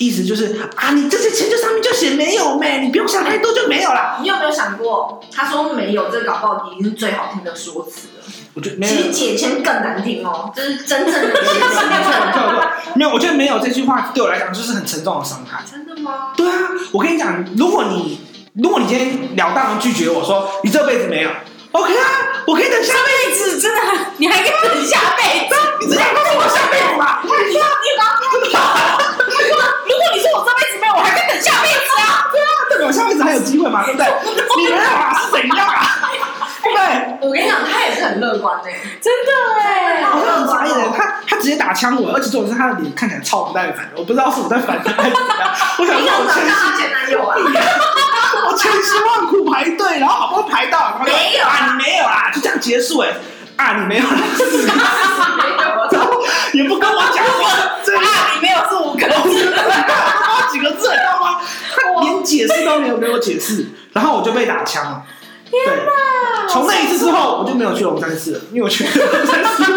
Speaker 3: 意思就是啊，你这些钱就上面就写没有没，你不用想太多就没有啦。
Speaker 2: 你有没有想过，他说没有，这搞不好已经是最好听的说辞了。
Speaker 3: 我觉得没有
Speaker 2: 其，实解签更难听哦，这是真正的解
Speaker 3: 没有没有没
Speaker 2: 签。
Speaker 3: 有没有没有，我觉得没有这句话对我来讲就是很沉重的伤害。
Speaker 2: 真的吗？
Speaker 3: 对啊，我跟你讲，如果你如果你今天了当地拒绝我说你这辈子没有，OK 啊，我可以等下辈
Speaker 1: 这次真的，你还跟我等下辈子？
Speaker 3: 子，你这样告诉我下辈子吧。
Speaker 1: 你知道你刚刚如果你说我这辈子没有，我还可以等下辈子啊！
Speaker 3: 对啊，代表我下辈子还有机会嘛，对不对？你没有啊，是怎样啊？对不对？
Speaker 2: 我跟你讲，他也是很乐观的、
Speaker 1: 真的哎、
Speaker 3: 我就很傻眼，他他直接打枪我，而且重点是他的脸看起来超不耐烦，我不知道是我在烦他还是怎样。我想
Speaker 2: 你
Speaker 3: 说
Speaker 2: 怎
Speaker 3: 我
Speaker 2: 么
Speaker 3: 千
Speaker 2: 知道他前男友啊？
Speaker 3: 我千辛万苦排队，然后好不容易排到，然后就
Speaker 2: 没有啊
Speaker 3: 啊，你没有啊，就这样结束哎、啊，你没有啦，
Speaker 2: 啊
Speaker 3: 然后也不跟我讲话，真的。
Speaker 1: 啊，你没有是五个
Speaker 3: 我
Speaker 1: 字，
Speaker 3: 真的很尬他妈几个字，你知道吗？他连解释都没有给我解释，然后我就被打枪了。对，从那一次之后，我就没有去龙山寺了，因为我觉得龙山寺，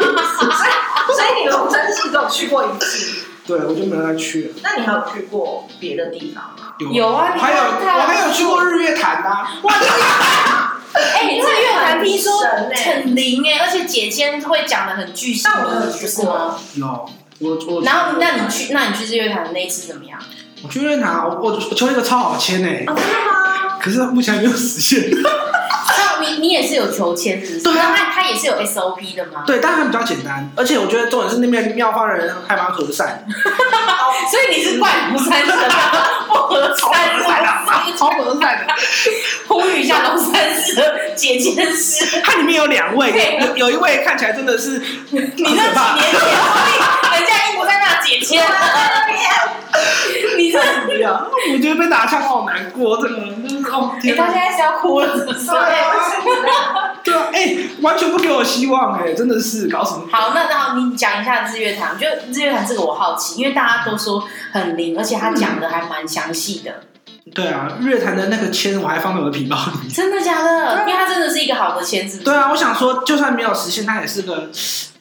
Speaker 2: 所以你龙山寺只有去过一次，
Speaker 3: 对我就没有再去了。
Speaker 2: 那你还有去过别的地方吗？
Speaker 1: 有啊你
Speaker 3: 还有
Speaker 1: 看看
Speaker 3: 我还有去过日月潭呐、哇，
Speaker 1: 哎、这个乐坛听说
Speaker 2: 很神欸
Speaker 1: 很灵哎、而且解签会讲的很具细
Speaker 2: 但我没
Speaker 1: 密，
Speaker 2: 有
Speaker 1: 不
Speaker 2: 去
Speaker 1: 是
Speaker 2: 过
Speaker 1: 吗？
Speaker 3: 有我我，
Speaker 1: 然后，那你去，那你去日月潭的那一次怎么样？
Speaker 3: 我去日月潭，我我我抽一个超好签哎、
Speaker 2: 哦，真的吗？
Speaker 3: 可是目前还没有实现。
Speaker 1: 那你你也是有求签是不是？
Speaker 3: 对啊
Speaker 1: 那它它也是有 SOP 的 吗？
Speaker 3: 对，但还比较简单，而且我觉得重点是那边妙方人还蛮和善的，
Speaker 1: 所以你是怪吴三生啊，不合 三生，
Speaker 3: 超和善的。
Speaker 1: 呼吁一下龙三生解 签师，
Speaker 3: 它里面有两位，有有一位看起来真的是很
Speaker 1: 你那
Speaker 3: 可怕
Speaker 1: 几年前，所以人家英国在那解 签，你这
Speaker 3: 不要，我觉得被打枪好难过，真的，就是哦
Speaker 1: 你
Speaker 3: 天
Speaker 1: 到现
Speaker 3: 哪，
Speaker 1: 在是要哭了是不是？
Speaker 3: 对啊，哎、完全不给我希望、哎，真的是搞什么？
Speaker 1: 好，那那好，你讲一下日月潭，就日月潭这个我好奇，因为大家都说很灵，而且他讲的还蛮详细的，
Speaker 3: 对啊，日月潭的那个签我还放在我的皮包里。
Speaker 1: 真的假的？因为它真的是一个好的签，是不是？
Speaker 3: 对啊，我想说，就算没有实现，它也是个。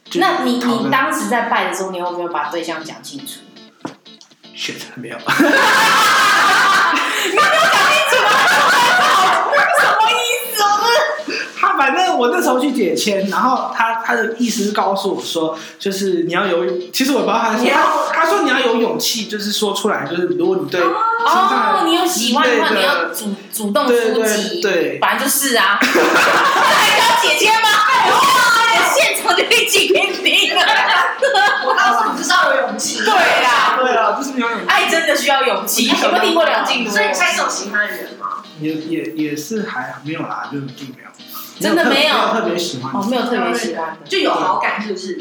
Speaker 3: 就是
Speaker 1: 那你
Speaker 3: 好的
Speaker 1: 你当时在拜的时候，你有没有把对象讲清楚？
Speaker 3: shit 没有，
Speaker 1: 什么意思？我
Speaker 3: 他反正我那时候去解签，然后他他的意思是告诉我说，就是你要有，其实我也不知道他说
Speaker 2: 你要
Speaker 3: 他说你要有勇气，就是说出来，就是如果你对
Speaker 1: 哦，你有喜欢的话，你要主主动出
Speaker 3: 对
Speaker 1: 击，
Speaker 3: 对对，
Speaker 1: 反正就是 啊，还要姐姐吗？哎哇，现场就一起给你听啊了，
Speaker 2: 我告诉你，就是要有勇气。
Speaker 1: 对啦，
Speaker 3: 对啊，就是你要有
Speaker 1: 爱真的需要勇气，有没有听过梁静茹？
Speaker 2: 所以你现在是有喜欢的人吗？
Speaker 3: 也也也是还好没有啦，就是并没有，
Speaker 1: 真的没有
Speaker 3: 没有特别喜欢，
Speaker 1: 哦，没有特别喜欢的，
Speaker 2: 就有好感是不是？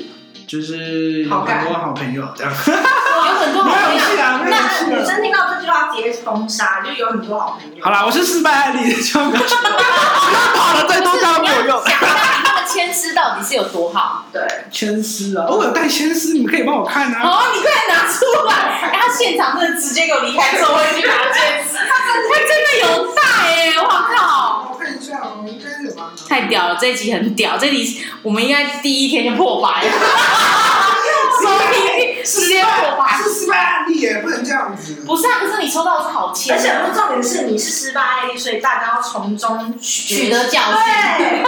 Speaker 3: 就是有
Speaker 2: 好
Speaker 3: 很
Speaker 2: 感
Speaker 3: 多好朋友这
Speaker 1: 有
Speaker 3: 样。
Speaker 1: 很 多好朋友。
Speaker 3: 啊
Speaker 2: 那女生听到这句话直接封杀，就有很多好朋友。
Speaker 3: 好啦，我是失败案例，千万不要学，跑了再多
Speaker 1: 你
Speaker 3: 招
Speaker 1: 要
Speaker 3: 没有用
Speaker 1: 想。一下你 那个签诗到底是有多 好？
Speaker 2: 对，
Speaker 3: 千丝啊，哦我有带千丝，你们可以帮我看啊。
Speaker 1: 哦，你快拿出 来！哎，他现场真的直接给我离开座位去拿签诗， 他真的有带哎，我靠！
Speaker 3: 我看一下哦，应该有吧。
Speaker 1: 太屌了，这一集很屌，这一集我们应该第一天就破百了， 收听直接破百。
Speaker 3: 是失败案例耶，不能这样子。
Speaker 1: 不是啊，可是你抽到的是好签，啊
Speaker 2: 而且重点是你是失败案例，所以大家要从中
Speaker 1: 取得教训。
Speaker 2: 对，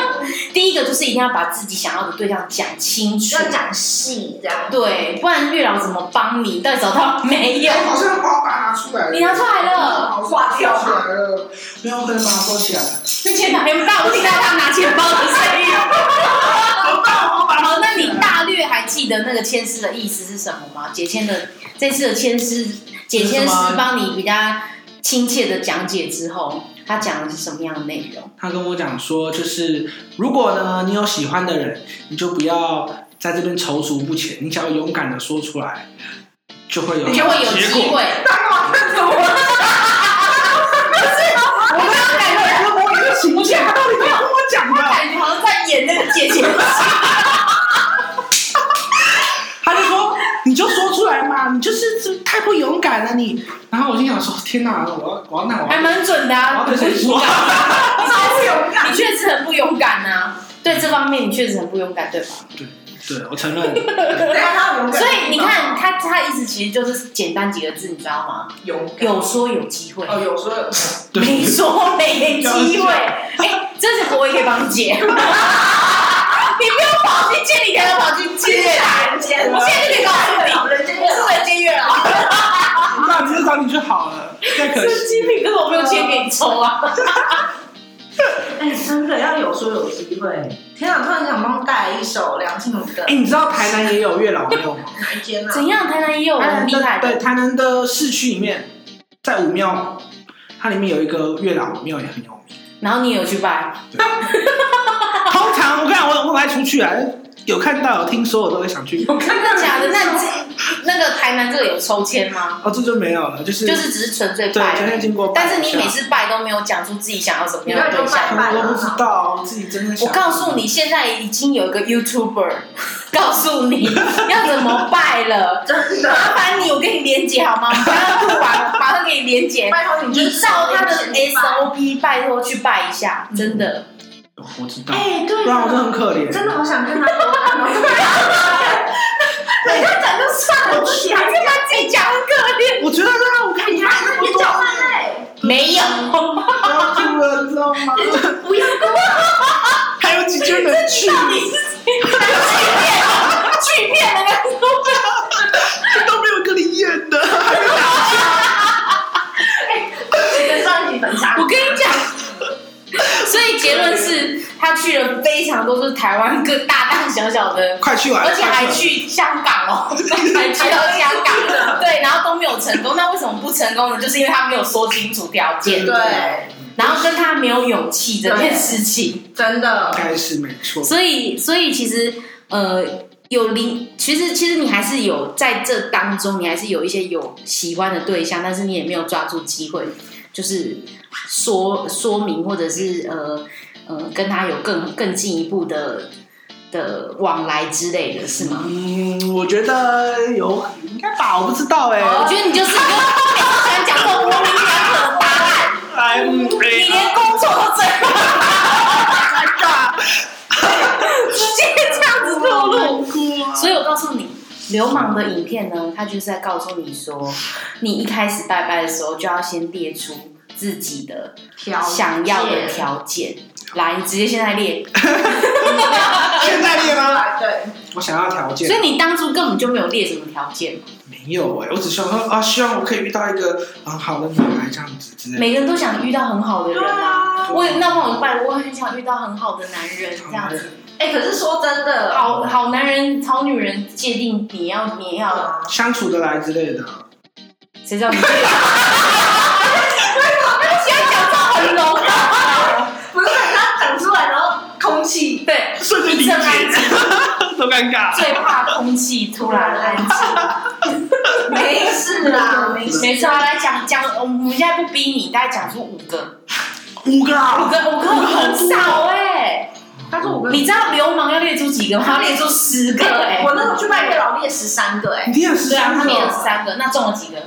Speaker 1: 第一个就是一定要把自己想要的对象讲清楚，
Speaker 2: 要讲细这样。
Speaker 1: 对，不然月老怎么帮你？到底找到没有？
Speaker 3: 好像把它拿出来
Speaker 1: 你拿出来了，
Speaker 2: 挂掉
Speaker 3: 来了，没有，我可能把它收起来了。
Speaker 1: 那前两天爸，我听到他拿钱包的声音。好，那你大略还记得那个签诗的意思是什么吗？解签的这次的签诗，解签师帮你比较亲切的讲解之后，他讲的是什么样的内容？
Speaker 3: 他跟我讲说，就是如果呢你有喜欢的人，你就不要在这边踌躇不前，你只要勇敢的说出来，就会有
Speaker 1: 就会有
Speaker 3: 结
Speaker 1: 机
Speaker 3: 果。
Speaker 1: 会。
Speaker 2: 干嘛看着我？
Speaker 1: 我没有感觉，
Speaker 3: 我我的情绪，他到底怎么跟我讲的？
Speaker 1: 感觉好像在演那个解签
Speaker 3: 他就说你就说出来嘛，你就是这太不勇敢了你。然后我心想说，天哪，我要我要那我
Speaker 1: 还
Speaker 3: 要
Speaker 1: 蛮准的啊！
Speaker 3: 我要对谁说？
Speaker 1: 超不勇敢，你确实很不勇敢呐、对这方面，你确实很不勇敢，对吧？
Speaker 3: 对，我承 认，
Speaker 2: 等一
Speaker 1: 啊
Speaker 2: 下他勇敢，
Speaker 1: 所以你看，他他意思其实就是简单几个字，你知道吗？
Speaker 2: 勇敢
Speaker 1: 有说有机会，
Speaker 2: 哦，有说有
Speaker 1: 没
Speaker 3: 对，
Speaker 1: 说没机会。哎，这是我也可以帮你解。 你不用跑去借，你可能跑去借。我现在就可以告诉
Speaker 2: 人
Speaker 1: 你，我是人间月老，
Speaker 3: 那直接找你就好了，太可
Speaker 1: 是
Speaker 3: 惜。
Speaker 1: 精品，可是我没有钱给你抽啊。
Speaker 2: 哎，真的要有说有机会。天啊，突然想帮我带来一首梁静茹的
Speaker 3: 哎，你知道台南也有月老庙 吗？
Speaker 2: 哪一间啊？
Speaker 1: 怎样？台南也有
Speaker 3: 台
Speaker 1: 很
Speaker 3: 南
Speaker 1: 厉
Speaker 3: 的
Speaker 1: 害
Speaker 3: 对
Speaker 1: 的，
Speaker 3: 台南的市区里面，在武庙，它里面有一个月老庙也很有 名。
Speaker 1: 然后你也有去拜，
Speaker 3: 通常我看我我还出去啊，有看到有听说，我都会想去。
Speaker 1: 我看到假的。那这那个台南这个有抽签吗？
Speaker 3: 哦，这就没有了，就是
Speaker 1: 就是只是纯粹
Speaker 3: 对，昨
Speaker 1: 拜
Speaker 3: 天
Speaker 1: 而已。
Speaker 3: 经过拜一
Speaker 1: 但
Speaker 3: 下，
Speaker 1: 是你每次拜都没有讲出自己想要什么样的对
Speaker 2: 你
Speaker 1: 象。
Speaker 3: 我都不知道， 我自己真的想。
Speaker 1: 我告诉你，现在已经有一个 YouTuber 告诉你要怎么拜了。
Speaker 2: 真的，
Speaker 1: 麻烦你，我给你连接好吗？我刚刚录完了，马上给你连接。
Speaker 2: 拜托你就
Speaker 1: 你
Speaker 2: 是
Speaker 1: 照他的
Speaker 2: 先去拜
Speaker 1: SOP，拜托去拜一下，真的。
Speaker 3: 我知道，
Speaker 2: 哎，对
Speaker 3: 不然我真的很可怜。
Speaker 2: 真的好想 看他多看哦。
Speaker 1: 人家讲就算了，你还跟他自己讲，很可怜。
Speaker 3: 我觉得让我看你还那么多，
Speaker 1: 没有，
Speaker 3: 不要哭了，你知道吗？
Speaker 1: 不要跟我
Speaker 3: 还有几句能去，
Speaker 1: 到底是谁？去骗，去骗那个 YouTuber。
Speaker 3: 都没有跟你演的。
Speaker 2: 跟上一集粉差
Speaker 1: 我跟你讲，所以结论是他去了非常多，就是台湾各大大小小的，
Speaker 3: 快去玩，
Speaker 1: 而且还
Speaker 3: 快去
Speaker 1: 去香港哦，还去到香港，对，然后都没有成功。那为什么不成功呢？就是因为他没有说清楚条件，
Speaker 2: 对，
Speaker 1: 然后跟他没有勇气这件事情，
Speaker 2: 真的
Speaker 3: 玩，应该是没错。
Speaker 1: 所以，所以其实呃。有零，其实其实你还是有在这当中，你还是有一些有喜欢的对象，但是你也没有抓住机会，就是说说明，或者是呃呃跟他有更更进一步的的往来之类的，是吗？
Speaker 3: 嗯，我觉得有应该吧，我不知道哎、
Speaker 1: 我
Speaker 3: 欸。
Speaker 1: 觉得你就是一个每次想讲这种模棱两可的答案，
Speaker 3: 哎，嗯
Speaker 1: 你
Speaker 3: 哎
Speaker 1: 连工作都这样，直接这样子透露。所以我告诉你，流氓的影片呢，他就是在告诉你说，你一开始拜拜的时候就要先列出自己的
Speaker 2: 条
Speaker 1: 想要的条件。来，你直接现在列，
Speaker 3: 现在列吗？
Speaker 2: 来，对，
Speaker 3: 我想要条件
Speaker 1: 所，以你当初根本就没有列什么条件嘛。
Speaker 3: 没有哎、我只想说啊，希望我可以遇到一个很好的女孩这样子之类的。
Speaker 1: 每个人都想遇到很好的人啊。
Speaker 2: 啊
Speaker 1: 我也那帮我拜，我很想遇到很好的男人，这样子，
Speaker 2: 哎，可是说真的，
Speaker 1: 好好男人、好女人界定你要 你要，
Speaker 3: 相处得来之类的，
Speaker 1: 谁知道你？现 在讲到很笼统，
Speaker 2: 不是他讲出来，然后空气
Speaker 1: 对，
Speaker 3: 瞬间理
Speaker 1: 一阵安静
Speaker 3: 解，。多尴尬。
Speaker 1: 最怕空气突然安静。
Speaker 2: 没事啦，没事。
Speaker 1: 没事啊，来讲讲，我们现在不逼你，大概讲出五个，
Speaker 3: 五个
Speaker 1: 五
Speaker 3: 啊，
Speaker 1: 个，五个很少哎、
Speaker 2: 他说我跟
Speaker 1: 你知道流氓要列出几个吗？他列出十个哎、
Speaker 2: 我那时候去拜月老列十三个，哎，
Speaker 3: 你也 是
Speaker 1: 对啊，他列了
Speaker 3: 个，
Speaker 1: 十三个，那中了几个？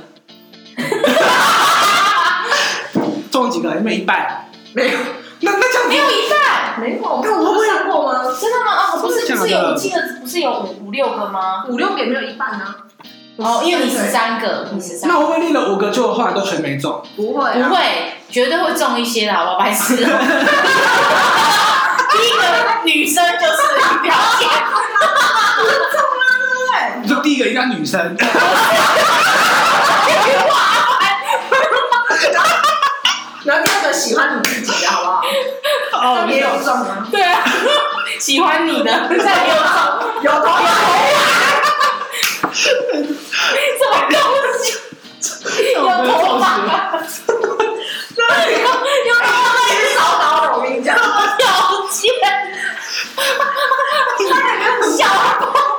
Speaker 3: 中几个？你每一半
Speaker 2: 没有，
Speaker 3: 那那这样
Speaker 1: 没有一半，
Speaker 2: 没有，
Speaker 3: 那我
Speaker 2: 不
Speaker 3: 会
Speaker 2: 是上过吗？
Speaker 1: 真的吗？啊，不是
Speaker 3: 真
Speaker 1: 不是
Speaker 3: 的假的
Speaker 1: 有，我记得不是有五五六个吗？
Speaker 2: 五六个也没有一半啊呢。
Speaker 1: 哦，因为你十三个，你十三
Speaker 3: 那，我会列了五个，就后来都全没中。
Speaker 2: 不会啊，
Speaker 1: 不会，绝对会中一些啦，我白痴哦。第一个女生就是表姐，
Speaker 2: 啊
Speaker 3: 你说第一个应该女生，
Speaker 1: 嗯
Speaker 2: 然后第二个喜欢你自己的好不好？
Speaker 3: 哦，
Speaker 2: 也有中吗？
Speaker 1: 对啊，喜欢你的，在有
Speaker 2: 有头有
Speaker 1: 什么东西？有头发，有有头发，
Speaker 2: 头，是烧脑我跟你讲，
Speaker 1: 有钱，小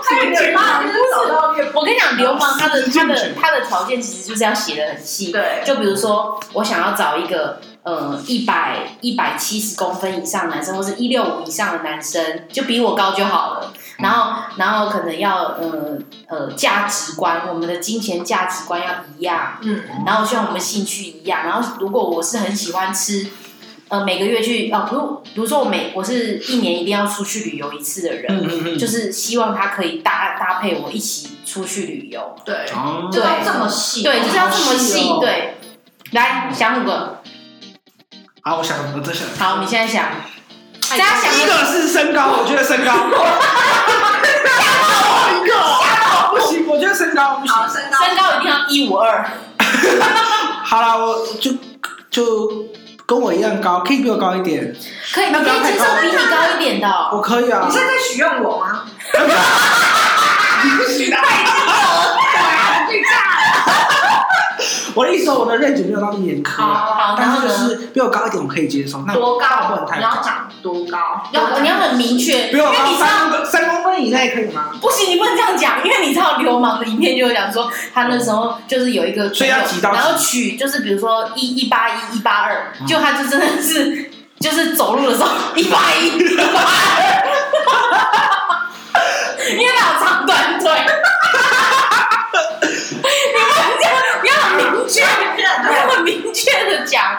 Speaker 2: 他有点骂，就是找到面
Speaker 1: 我跟你讲，流氓他的他的他的条件其实就是要写的很细，
Speaker 2: 对
Speaker 1: 就比如说我想要找一个呃一百一百七十公分以上的男生，或是一六五以上的男生，就比我高就好了。然后，然后可能要呃呃价值观，我们的金钱价值观要一样，
Speaker 2: 嗯，
Speaker 1: 然后希望我们兴趣一样。然后，如果我是很喜欢吃，呃，每个月去哦，比如比如说我每我是一年一定要出去旅游一次的人，
Speaker 3: 嗯嗯
Speaker 1: 就是是希望他可以搭搭配我一起出去旅游。
Speaker 2: 对，
Speaker 3: 哦
Speaker 2: 就要这么细，
Speaker 1: 对，就是要这么嗯细。
Speaker 2: 好哦，
Speaker 1: 对，来想五个。
Speaker 3: 好，我想，我在想，
Speaker 1: 好，你现在想，大家想
Speaker 3: 第一个是身高，我觉得身高，一个，不行，我觉得身高不行。
Speaker 2: 好身高，
Speaker 1: 身高一定要一五二，
Speaker 3: 好了，我就就跟我一样高，可以比我高一点，
Speaker 1: 可以，你可
Speaker 3: 那不要
Speaker 1: 以接受
Speaker 3: 太高
Speaker 1: 比你高一点的哦。
Speaker 3: 我可以啊
Speaker 2: 你。现 在在许愿我吗？
Speaker 3: 我的意思说，我的 range 没有到那么严苛啊，
Speaker 1: 好，然
Speaker 3: 但
Speaker 1: 后
Speaker 3: 是
Speaker 1: 呢
Speaker 3: 就？是比我高一点，我可以接受。那
Speaker 2: 多
Speaker 3: 那不
Speaker 2: 高
Speaker 3: 能？太
Speaker 2: 你要
Speaker 3: 高，
Speaker 2: 讲多高？
Speaker 1: 要你要很明确，因
Speaker 3: 比我
Speaker 1: 为
Speaker 3: 高
Speaker 1: 你知
Speaker 3: 三
Speaker 1: 道
Speaker 3: 公分，三公分以内可以吗？
Speaker 1: 不行，你不能这样讲，因为你知道流氓的影片就有讲说，他那时候就是有一个朋友，
Speaker 3: 所以要挤到嗯
Speaker 1: 然后取就是比如说一一八一一八二，就他就真的是就是走路的时候 一八一一八二， 因为他有长短腿。 你不能这样，你要很明确，你要很明确的 讲，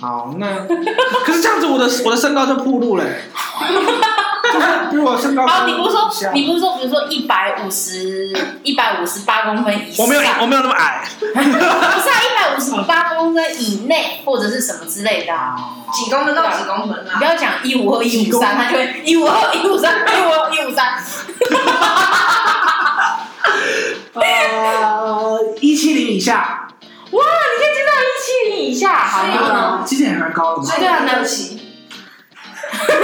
Speaker 3: 好，那 可是这样子，我的我的身高就暴露了、就是比我身 高
Speaker 1: 然后
Speaker 3: 高一
Speaker 1: 你
Speaker 3: 下。
Speaker 1: 不是说你不是说比如说一百五十一百五十八公分以上，
Speaker 3: 我没有我没有那么矮，
Speaker 1: 不是啊，一百五十八公分以内或者是什么之类的、啊，
Speaker 2: 几公分到几公分
Speaker 1: 你不
Speaker 2: 啦？
Speaker 1: 要讲一五二一五三，他就会一五二一五三一五二一五三，
Speaker 3: 呃，一七零以下，
Speaker 1: 哇，你可以接到一七零以下，好
Speaker 2: 所以呢
Speaker 1: 吗？
Speaker 3: 其实也蛮高的嘛。
Speaker 1: 对啊
Speaker 2: 对
Speaker 1: 男
Speaker 2: 不起，
Speaker 3: 对啊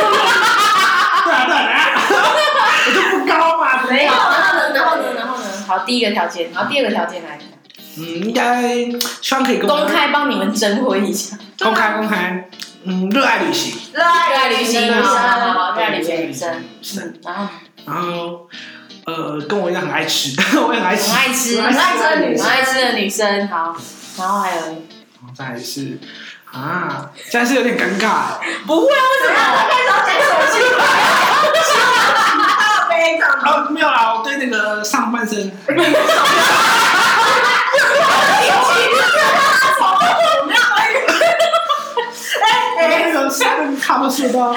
Speaker 3: 对啊，对啊我就不高嘛，
Speaker 1: 没有，啊然后呢，然
Speaker 2: 然
Speaker 1: 后
Speaker 2: 后
Speaker 1: 呢
Speaker 2: 呢，
Speaker 1: 然后呢？好，第一个条件，然后第二个条件来，
Speaker 3: 嗯，应该希望可以跟我
Speaker 1: 公开帮你们征婚一下，
Speaker 3: 公开
Speaker 1: 啊
Speaker 3: 公开，嗯，热爱旅行，
Speaker 2: 热
Speaker 1: 热爱
Speaker 2: 爱
Speaker 1: 旅
Speaker 2: 旅
Speaker 1: 行
Speaker 2: 行
Speaker 1: 啊，好
Speaker 2: 啊，
Speaker 1: 好好，热爱旅行的女生，
Speaker 3: 是，
Speaker 1: 嗯，然后
Speaker 3: 然后呃，跟我一样很爱吃， 我也很爱吃，
Speaker 1: 很爱吃，
Speaker 3: 很爱吃的女
Speaker 2: 生
Speaker 1: 很爱吃的女生，好，然后还有，
Speaker 3: 再来是啊，现在是有点尴尬，
Speaker 1: 不会啊， 为什么？
Speaker 2: 我开始要讲手机了， 大悲掌了，
Speaker 3: 啊，没有啦，我对那个上半身，
Speaker 2: 哎
Speaker 3: 哎那个上差不多到，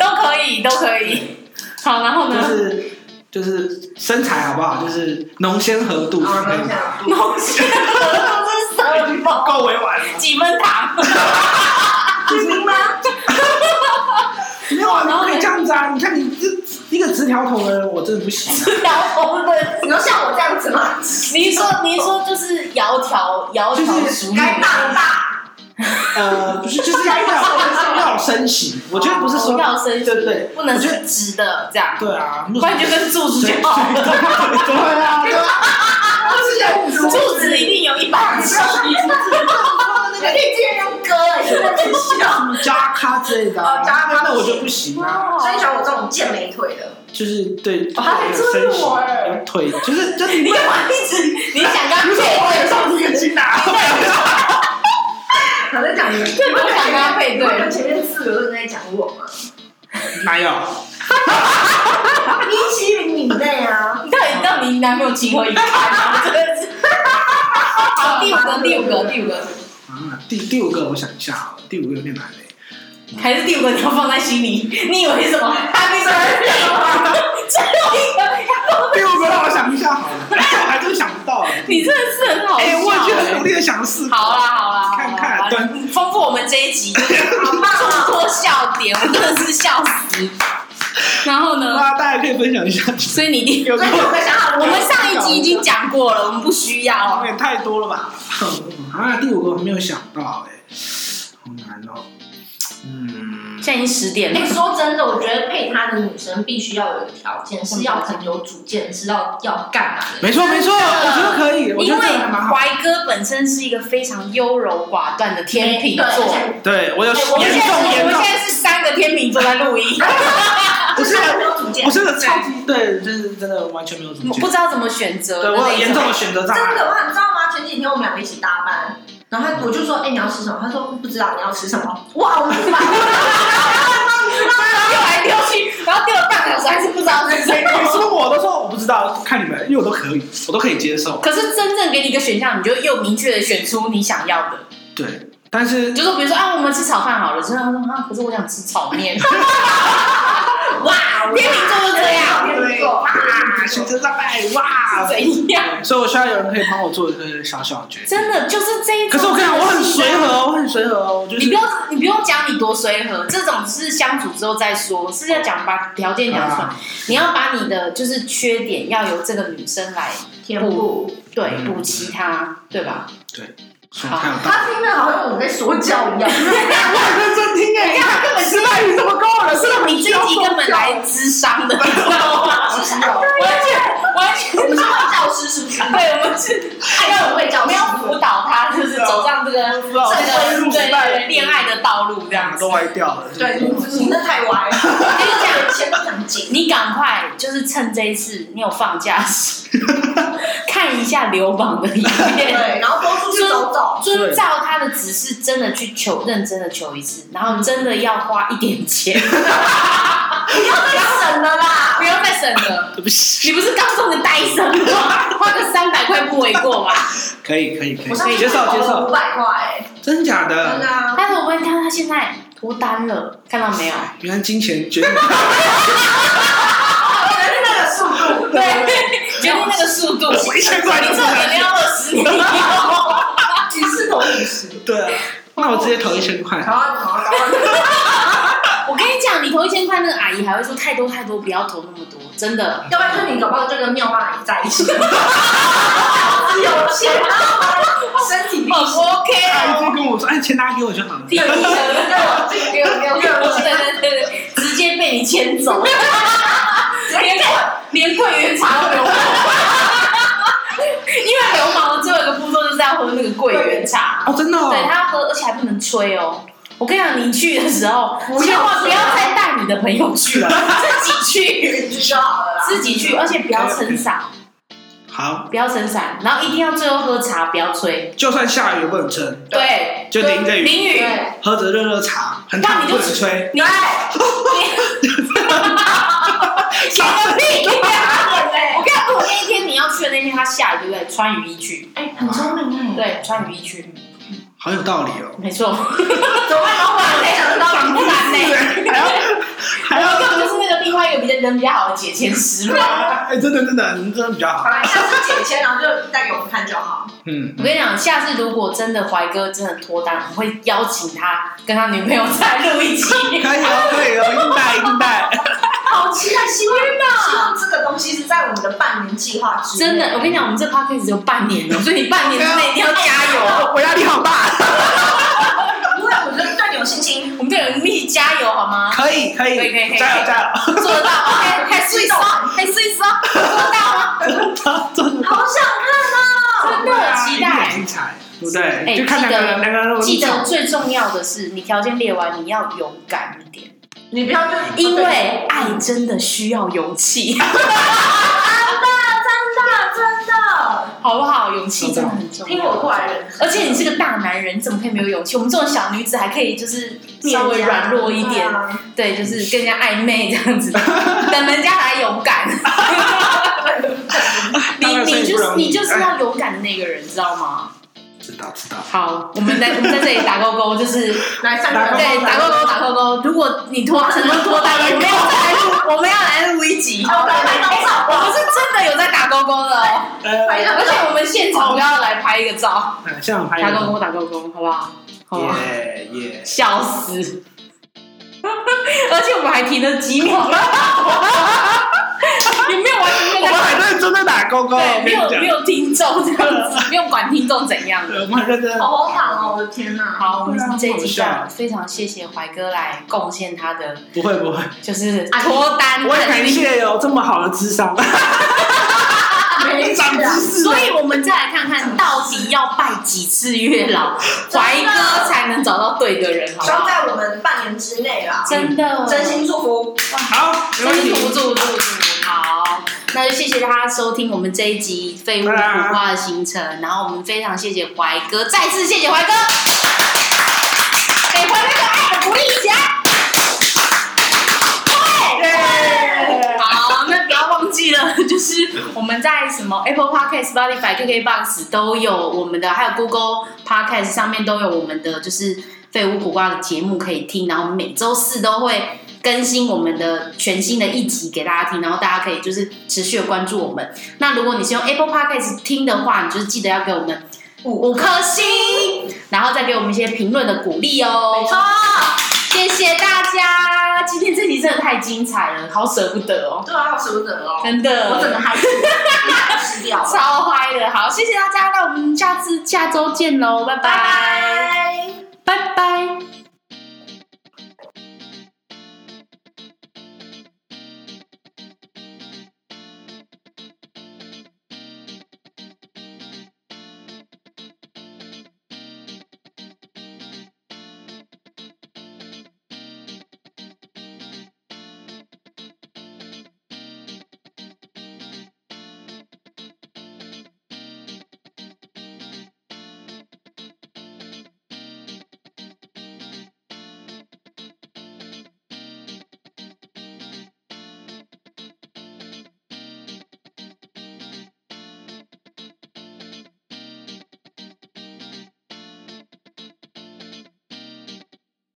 Speaker 1: 都可以，都可以。好，然后
Speaker 3: 就
Speaker 1: 呢？
Speaker 3: 是就是身材好不好，就是浓鲜合度，
Speaker 2: 好，
Speaker 3: 可以
Speaker 2: 那
Speaker 3: 吗
Speaker 2: 讲
Speaker 1: 浓鲜合是什么？
Speaker 3: 够委婉了，
Speaker 1: 几分 糖？
Speaker 3: 就是吗？没有啊，你不可以这样子啊！你看你这一个直条头的人，我真的不行 啊。
Speaker 1: 摇头的，
Speaker 2: 你说像我这样子吗？
Speaker 1: 你说你说就是窈窕窈窕淑女，
Speaker 2: 该大的大，
Speaker 3: 呃，不是，就是要要要有身形，我觉得不是说
Speaker 1: 要身
Speaker 3: 对对
Speaker 1: 不能
Speaker 3: 我觉
Speaker 1: 是
Speaker 3: 得
Speaker 1: 直的这样，
Speaker 3: 对啊，
Speaker 1: 不然就跟柱子
Speaker 3: 对
Speaker 1: 就
Speaker 3: 对
Speaker 1: 好了。
Speaker 3: 对 啊，对啊，
Speaker 2: 是人族
Speaker 1: 柱子一定有一百七，
Speaker 2: 那个可以接用歌哎，真的很笑。
Speaker 3: 什么扎咖之类的啊，
Speaker 2: 哦扎咖
Speaker 3: 那我就不行啊，
Speaker 2: 所以喜欢我这种健美腿的，
Speaker 3: 就是对，
Speaker 2: 哦他还
Speaker 3: 有身
Speaker 2: 追我哎
Speaker 3: 形有腿，就是就是
Speaker 1: 你
Speaker 3: 你
Speaker 1: 干嘛一直你想跟他配对？
Speaker 3: 上一个金 拿，
Speaker 2: 我在讲你们，
Speaker 1: 对我想跟他配对
Speaker 2: 你们前面四个都是在讲我 吗？
Speaker 3: 哪有？
Speaker 2: 一七零以内啊，
Speaker 1: 你到底让你男朋友情何以堪啊？真的是。好，第五个，第五个，第五个，
Speaker 3: 啊，第第五个我想一下好了，第五个有点难欸嘞。
Speaker 1: 还是第五个你要放在心里。你以为什么？Happy birthday！最后一个，
Speaker 3: 第五个让我想一下好 了，我还真想不到哎。
Speaker 1: 你真的是很好笑、欸
Speaker 3: 哎，我已经很努力的想了四个。
Speaker 1: 好啦好啦，好啦
Speaker 3: 看看
Speaker 1: 好啦
Speaker 3: 对
Speaker 1: 丰富我们这一集， 好啊多笑点，我真的是笑死。然后呢？
Speaker 3: 那大家可以分享一下。
Speaker 1: 所以你第
Speaker 3: 有
Speaker 2: 所以
Speaker 3: 多
Speaker 2: 我们想好了，
Speaker 1: 我们上一集已经讲过了，我们不需要
Speaker 3: 有。点太多了吧？啊，第五个我没有想到哎、哦。嗯，
Speaker 1: 现在已经十点了
Speaker 2: 哎、，说真的，我觉得配他的女生必须要有一个条件，是要很有主见，知道要干嘛的。
Speaker 3: 没错没错，我觉得可以，我觉
Speaker 1: 因
Speaker 3: 得
Speaker 1: 为
Speaker 3: 这个还蛮好。
Speaker 1: 怀哥本身是一个非常优柔寡断的天秤
Speaker 2: 对
Speaker 1: 座。
Speaker 2: 而
Speaker 3: 对我有
Speaker 1: 哎我们
Speaker 3: 严
Speaker 1: 现在
Speaker 3: 重
Speaker 1: 是我
Speaker 3: 严
Speaker 1: 们
Speaker 3: 重，啊
Speaker 1: 现在是三个天秤座在录 音，
Speaker 2: 且就是啊很有主见
Speaker 3: 我。真的超级对，就是真的完全没有主
Speaker 1: 不
Speaker 3: 见。
Speaker 1: 知道怎么选择。
Speaker 3: 对我有严重的选择障
Speaker 2: 真
Speaker 3: 碍。
Speaker 2: 的，哇，你知道吗？前几天我们两个一起搭班，然后我就说，哎、你要吃什么？他说不知道，你要吃什么？哇，我无法，
Speaker 1: 丢来丢去，然后丢了半个小时，还是不知道是谁。
Speaker 3: 我说我都说我不知道，看你们，因为我都可以，我都可以接受。
Speaker 1: 可是真正给你一个选项，你就又明确的选出你想要的。
Speaker 3: 对，但是
Speaker 1: 就说比如说啊，我们吃炒饭好了，之后他说啊，可是我想吃炒 面。哇，天秤座就这样，
Speaker 3: 对哇，选择障碍哇，
Speaker 1: 怎样？
Speaker 3: 所以我需要有人可以帮我做一个小小的决定。
Speaker 1: 真的就是这一
Speaker 3: 可
Speaker 1: 种。
Speaker 3: 是我跟你讲，我很随和哦，我很随和哦，我就
Speaker 1: 你
Speaker 3: 是
Speaker 1: 不用，你不用讲你多随和，这种是相处之后再说，是要讲把条件讲出来，
Speaker 3: 啊
Speaker 1: 你要把你的就是缺点要由这个女生来
Speaker 2: 填补。
Speaker 1: 对
Speaker 3: 嗯
Speaker 1: 补齐它，对吧？
Speaker 3: 说太有道理。
Speaker 2: 他听的好像我在说教一 样，
Speaker 3: 我很认真听哎，你看根本失败率这么高，我的
Speaker 1: 是你自己根本来智商的，你知道吗？完全完全，
Speaker 2: 我们是当教师是不是？
Speaker 1: 对，我们是哎
Speaker 2: 还要有位教
Speaker 1: 我们，
Speaker 2: 师
Speaker 1: 要辅导他，就是走上这个
Speaker 3: 辅导
Speaker 1: 这
Speaker 3: 哦深
Speaker 1: 个
Speaker 3: 入
Speaker 1: 对
Speaker 3: 时代
Speaker 1: 对恋爱的道路这样子
Speaker 3: 都。歪掉了。
Speaker 2: 对，你那太 歪了，
Speaker 1: 我跟你讲，
Speaker 2: 先不想紧。
Speaker 1: 你赶快就是趁这一次你有放假时，看一下流氓的影片。
Speaker 2: 对，然后多出去走走。
Speaker 1: 遵照他的指示，真的去求，认真的求一次，然后真的要花一点钱，
Speaker 2: 不要再省了啦！
Speaker 1: 不要再省了。
Speaker 3: 对不起，
Speaker 1: 你不是刚送的戴森吗？花个三百块不为过吧？
Speaker 3: 可以可以可
Speaker 2: 我
Speaker 3: 以，
Speaker 2: 上次
Speaker 3: 接受接
Speaker 2: 五
Speaker 3: 受，
Speaker 2: 百块，
Speaker 3: 真假
Speaker 2: 真的
Speaker 3: 的？
Speaker 2: 啊。
Speaker 1: 但是我跟你看，他现在脱单了，看到没有？
Speaker 3: 原来金钱决定
Speaker 2: 那个速度，
Speaker 1: 对，决定那个速度。
Speaker 3: 我一千块
Speaker 1: 你
Speaker 3: 都
Speaker 1: 这
Speaker 3: 不
Speaker 1: 种肯定
Speaker 3: 能。
Speaker 1: 要二十年。
Speaker 2: 几次投几十，
Speaker 3: 对啊，那我直接投一千
Speaker 1: 哦
Speaker 3: 块。
Speaker 2: 然后然后然后
Speaker 1: 我跟你讲，你投一千块，那个阿姨还会说太多太多，不要投那么多，真的。
Speaker 2: 要不然就你搞不好就跟妙阿姨在一起，有钱啊，身体力
Speaker 1: 很 OK
Speaker 3: 他一直跟我说：“哎，钱拿给我就好了。
Speaker 1: 第二个，
Speaker 2: 哦给我给我给我
Speaker 1: 对对对对，直接被你牵走，连连桂圆茶都流氓，因为流氓的最后一个步骤就是要喝那个桂圆”茶，
Speaker 3: 哦，真的哦。
Speaker 1: 对他要喝，而且还不能吹哦。我跟你讲，你去的时候
Speaker 2: 不要
Speaker 1: 千万不
Speaker 2: 吹
Speaker 1: 要
Speaker 2: 啊
Speaker 1: 再带你的朋友去了，自己去，
Speaker 2: 你就好了啦。
Speaker 1: 自己去，而且不要撑伞，
Speaker 3: 好，
Speaker 1: 不要撑伞，然后一定要最后喝茶，不要吹，
Speaker 3: 就算下雨也不能撑，
Speaker 1: 对，
Speaker 3: 就淋着雨，
Speaker 1: 淋雨，
Speaker 2: 对，
Speaker 3: 喝着热热茶，很
Speaker 1: 那
Speaker 3: 烫
Speaker 1: 你
Speaker 3: 不
Speaker 1: 就
Speaker 3: 能
Speaker 1: 只
Speaker 3: 吹。
Speaker 1: 你个屁呀！我跟你说，我那一天你要去的那天，他下雨，对不对？穿雨衣去，
Speaker 2: 哎，很聪明哎，
Speaker 1: 对，穿雨衣去，
Speaker 3: 好有道理哦。
Speaker 1: 没错。
Speaker 2: 怎么办？老板没想到
Speaker 1: 不然呢？
Speaker 3: 还要还
Speaker 1: 我根
Speaker 3: 要，
Speaker 1: 本就是那个另外一个比较人比较好的解签师嘛。
Speaker 3: 哎，真的真的，你真的比较 好。
Speaker 2: 好，下次剪签，然后就带给我们看就好。
Speaker 3: 嗯
Speaker 1: 我，跟你讲，下次如果真的怀哥真的脱单，我会邀请他跟他女朋友再录一集。
Speaker 3: 可以哦，可以哦，一定带一定带。
Speaker 2: 好期待，希望希望这个东西是在我们的半年计划之内。
Speaker 1: 啊真的，我跟你讲，我们这 p a r k a s 只有半年了，所以你半年之内一定要加油。
Speaker 3: 我压力好大。
Speaker 2: 因为我觉得对你有信心，
Speaker 1: 我们对人力加油好吗？
Speaker 3: 可以可以
Speaker 1: 可以可以可以
Speaker 3: 加油加油！
Speaker 1: 做 得到吗？还还睡着？还睡着？做得到吗？
Speaker 2: 好想看
Speaker 1: 真
Speaker 2: 哦！
Speaker 1: 的很期
Speaker 3: 一定很
Speaker 1: 待。
Speaker 3: 精彩，对不
Speaker 1: 哎
Speaker 3: 对？就看两个
Speaker 1: 记
Speaker 3: 人
Speaker 1: 得
Speaker 3: 两个人如果
Speaker 1: 记得
Speaker 3: 吵
Speaker 1: 最重要的是，你条件列完，你要勇敢一点，
Speaker 2: 你不要就
Speaker 1: 因为爱真的需要勇气，
Speaker 2: 真的真的，
Speaker 1: 好不好？勇气真的很重要。
Speaker 2: 听我过来人，
Speaker 1: 而且你是个大男人，你怎么可以没有勇气？我们这种小女子还可以就是稍微软弱一点，
Speaker 2: 对啊
Speaker 1: 对，就是跟人家暧昧这样子， 等人家来勇 敢。你你就是你就是要勇敢的那个人，知道吗？
Speaker 3: 知道知道。
Speaker 1: 好，我们在我们在这里打勾勾，就是
Speaker 2: 来三
Speaker 3: 打勾勾
Speaker 1: 对打勾勾打勾勾。如果你脱成功脱单了，我们要来录，我们要来录一集。
Speaker 2: 好来来来
Speaker 1: 哎我们是真的有在打勾勾的哦，
Speaker 3: 呃，
Speaker 2: 拍
Speaker 1: 而
Speaker 2: 照
Speaker 1: 且我们现场我们要来拍一个照，
Speaker 3: 现场拍一
Speaker 1: 打勾
Speaker 3: 个。
Speaker 1: 勾打勾勾，好不好？好啊不好？
Speaker 3: 耶 耶！
Speaker 1: 笑死！ 而且我们还停了几秒，也没有完全没
Speaker 3: 我
Speaker 1: 有
Speaker 3: 们
Speaker 1: 在
Speaker 3: 很认真在打勾勾，
Speaker 1: 对，
Speaker 3: 我跟
Speaker 1: 没
Speaker 3: 你
Speaker 1: 有
Speaker 3: 讲
Speaker 1: 没，有听众这样子，没有管听众怎样
Speaker 3: 对，我
Speaker 1: 的。
Speaker 3: 们很认真。
Speaker 2: 好荒唐哦！我的天哪！
Speaker 1: 好，我们
Speaker 3: 对啊
Speaker 1: 这一
Speaker 3: 好
Speaker 1: 集
Speaker 3: 笑
Speaker 1: 上非常谢谢怀哥来贡献他的
Speaker 3: 不会 不会，
Speaker 1: 就是脱单
Speaker 3: 啊我也
Speaker 1: 案
Speaker 3: 感
Speaker 1: 例，
Speaker 3: 谢有这么好的 智商，
Speaker 2: 没
Speaker 3: 长知
Speaker 2: 事，啊
Speaker 3: 识
Speaker 1: 啊
Speaker 3: 啊
Speaker 1: 所
Speaker 3: 了。
Speaker 1: 以我们再来看看到底要拜几次月老，怀哥才能找到对的人，好
Speaker 2: 希
Speaker 1: 不
Speaker 2: 望
Speaker 1: 好？
Speaker 2: 在我们半年之内啦，
Speaker 1: 真的，
Speaker 2: 真心祝福，
Speaker 3: 好，没问
Speaker 1: 真是
Speaker 3: 题。
Speaker 1: 土著土著，好，那就谢谢大家收听我们这一集《废物苦化的行程》，然后我们非常谢谢怀哥，再次谢谢怀 哥，给怀哥一个爱的鼓励一
Speaker 3: 耶
Speaker 1: 下。好，那不要忘记了，就是我们在什么 Apple Podcast、Spotify、KKBox 都有我们的，还有 Google Podcast 上面都有我们的，就是废物苦瓜的节目可以听，然后每周四都会更新我们的全新的一集给大家听，然后大家可以就是持续的关注我们。那如果你是用 Apple Podcast 听的话，你就是记得要给我们
Speaker 2: 五
Speaker 1: 五颗星，然后再给我们一些评论的鼓励哦
Speaker 2: 没。错，
Speaker 1: 谢谢大家，今天这集真的太精彩了，好舍不得哦，
Speaker 2: 对啊，舍不得哦，
Speaker 1: 真的，
Speaker 2: 我整个嗨死 掉了，
Speaker 1: 超嗨的。好，谢谢大家，那我们下次下周见喽，拜
Speaker 2: 拜拜。
Speaker 1: 拜拜。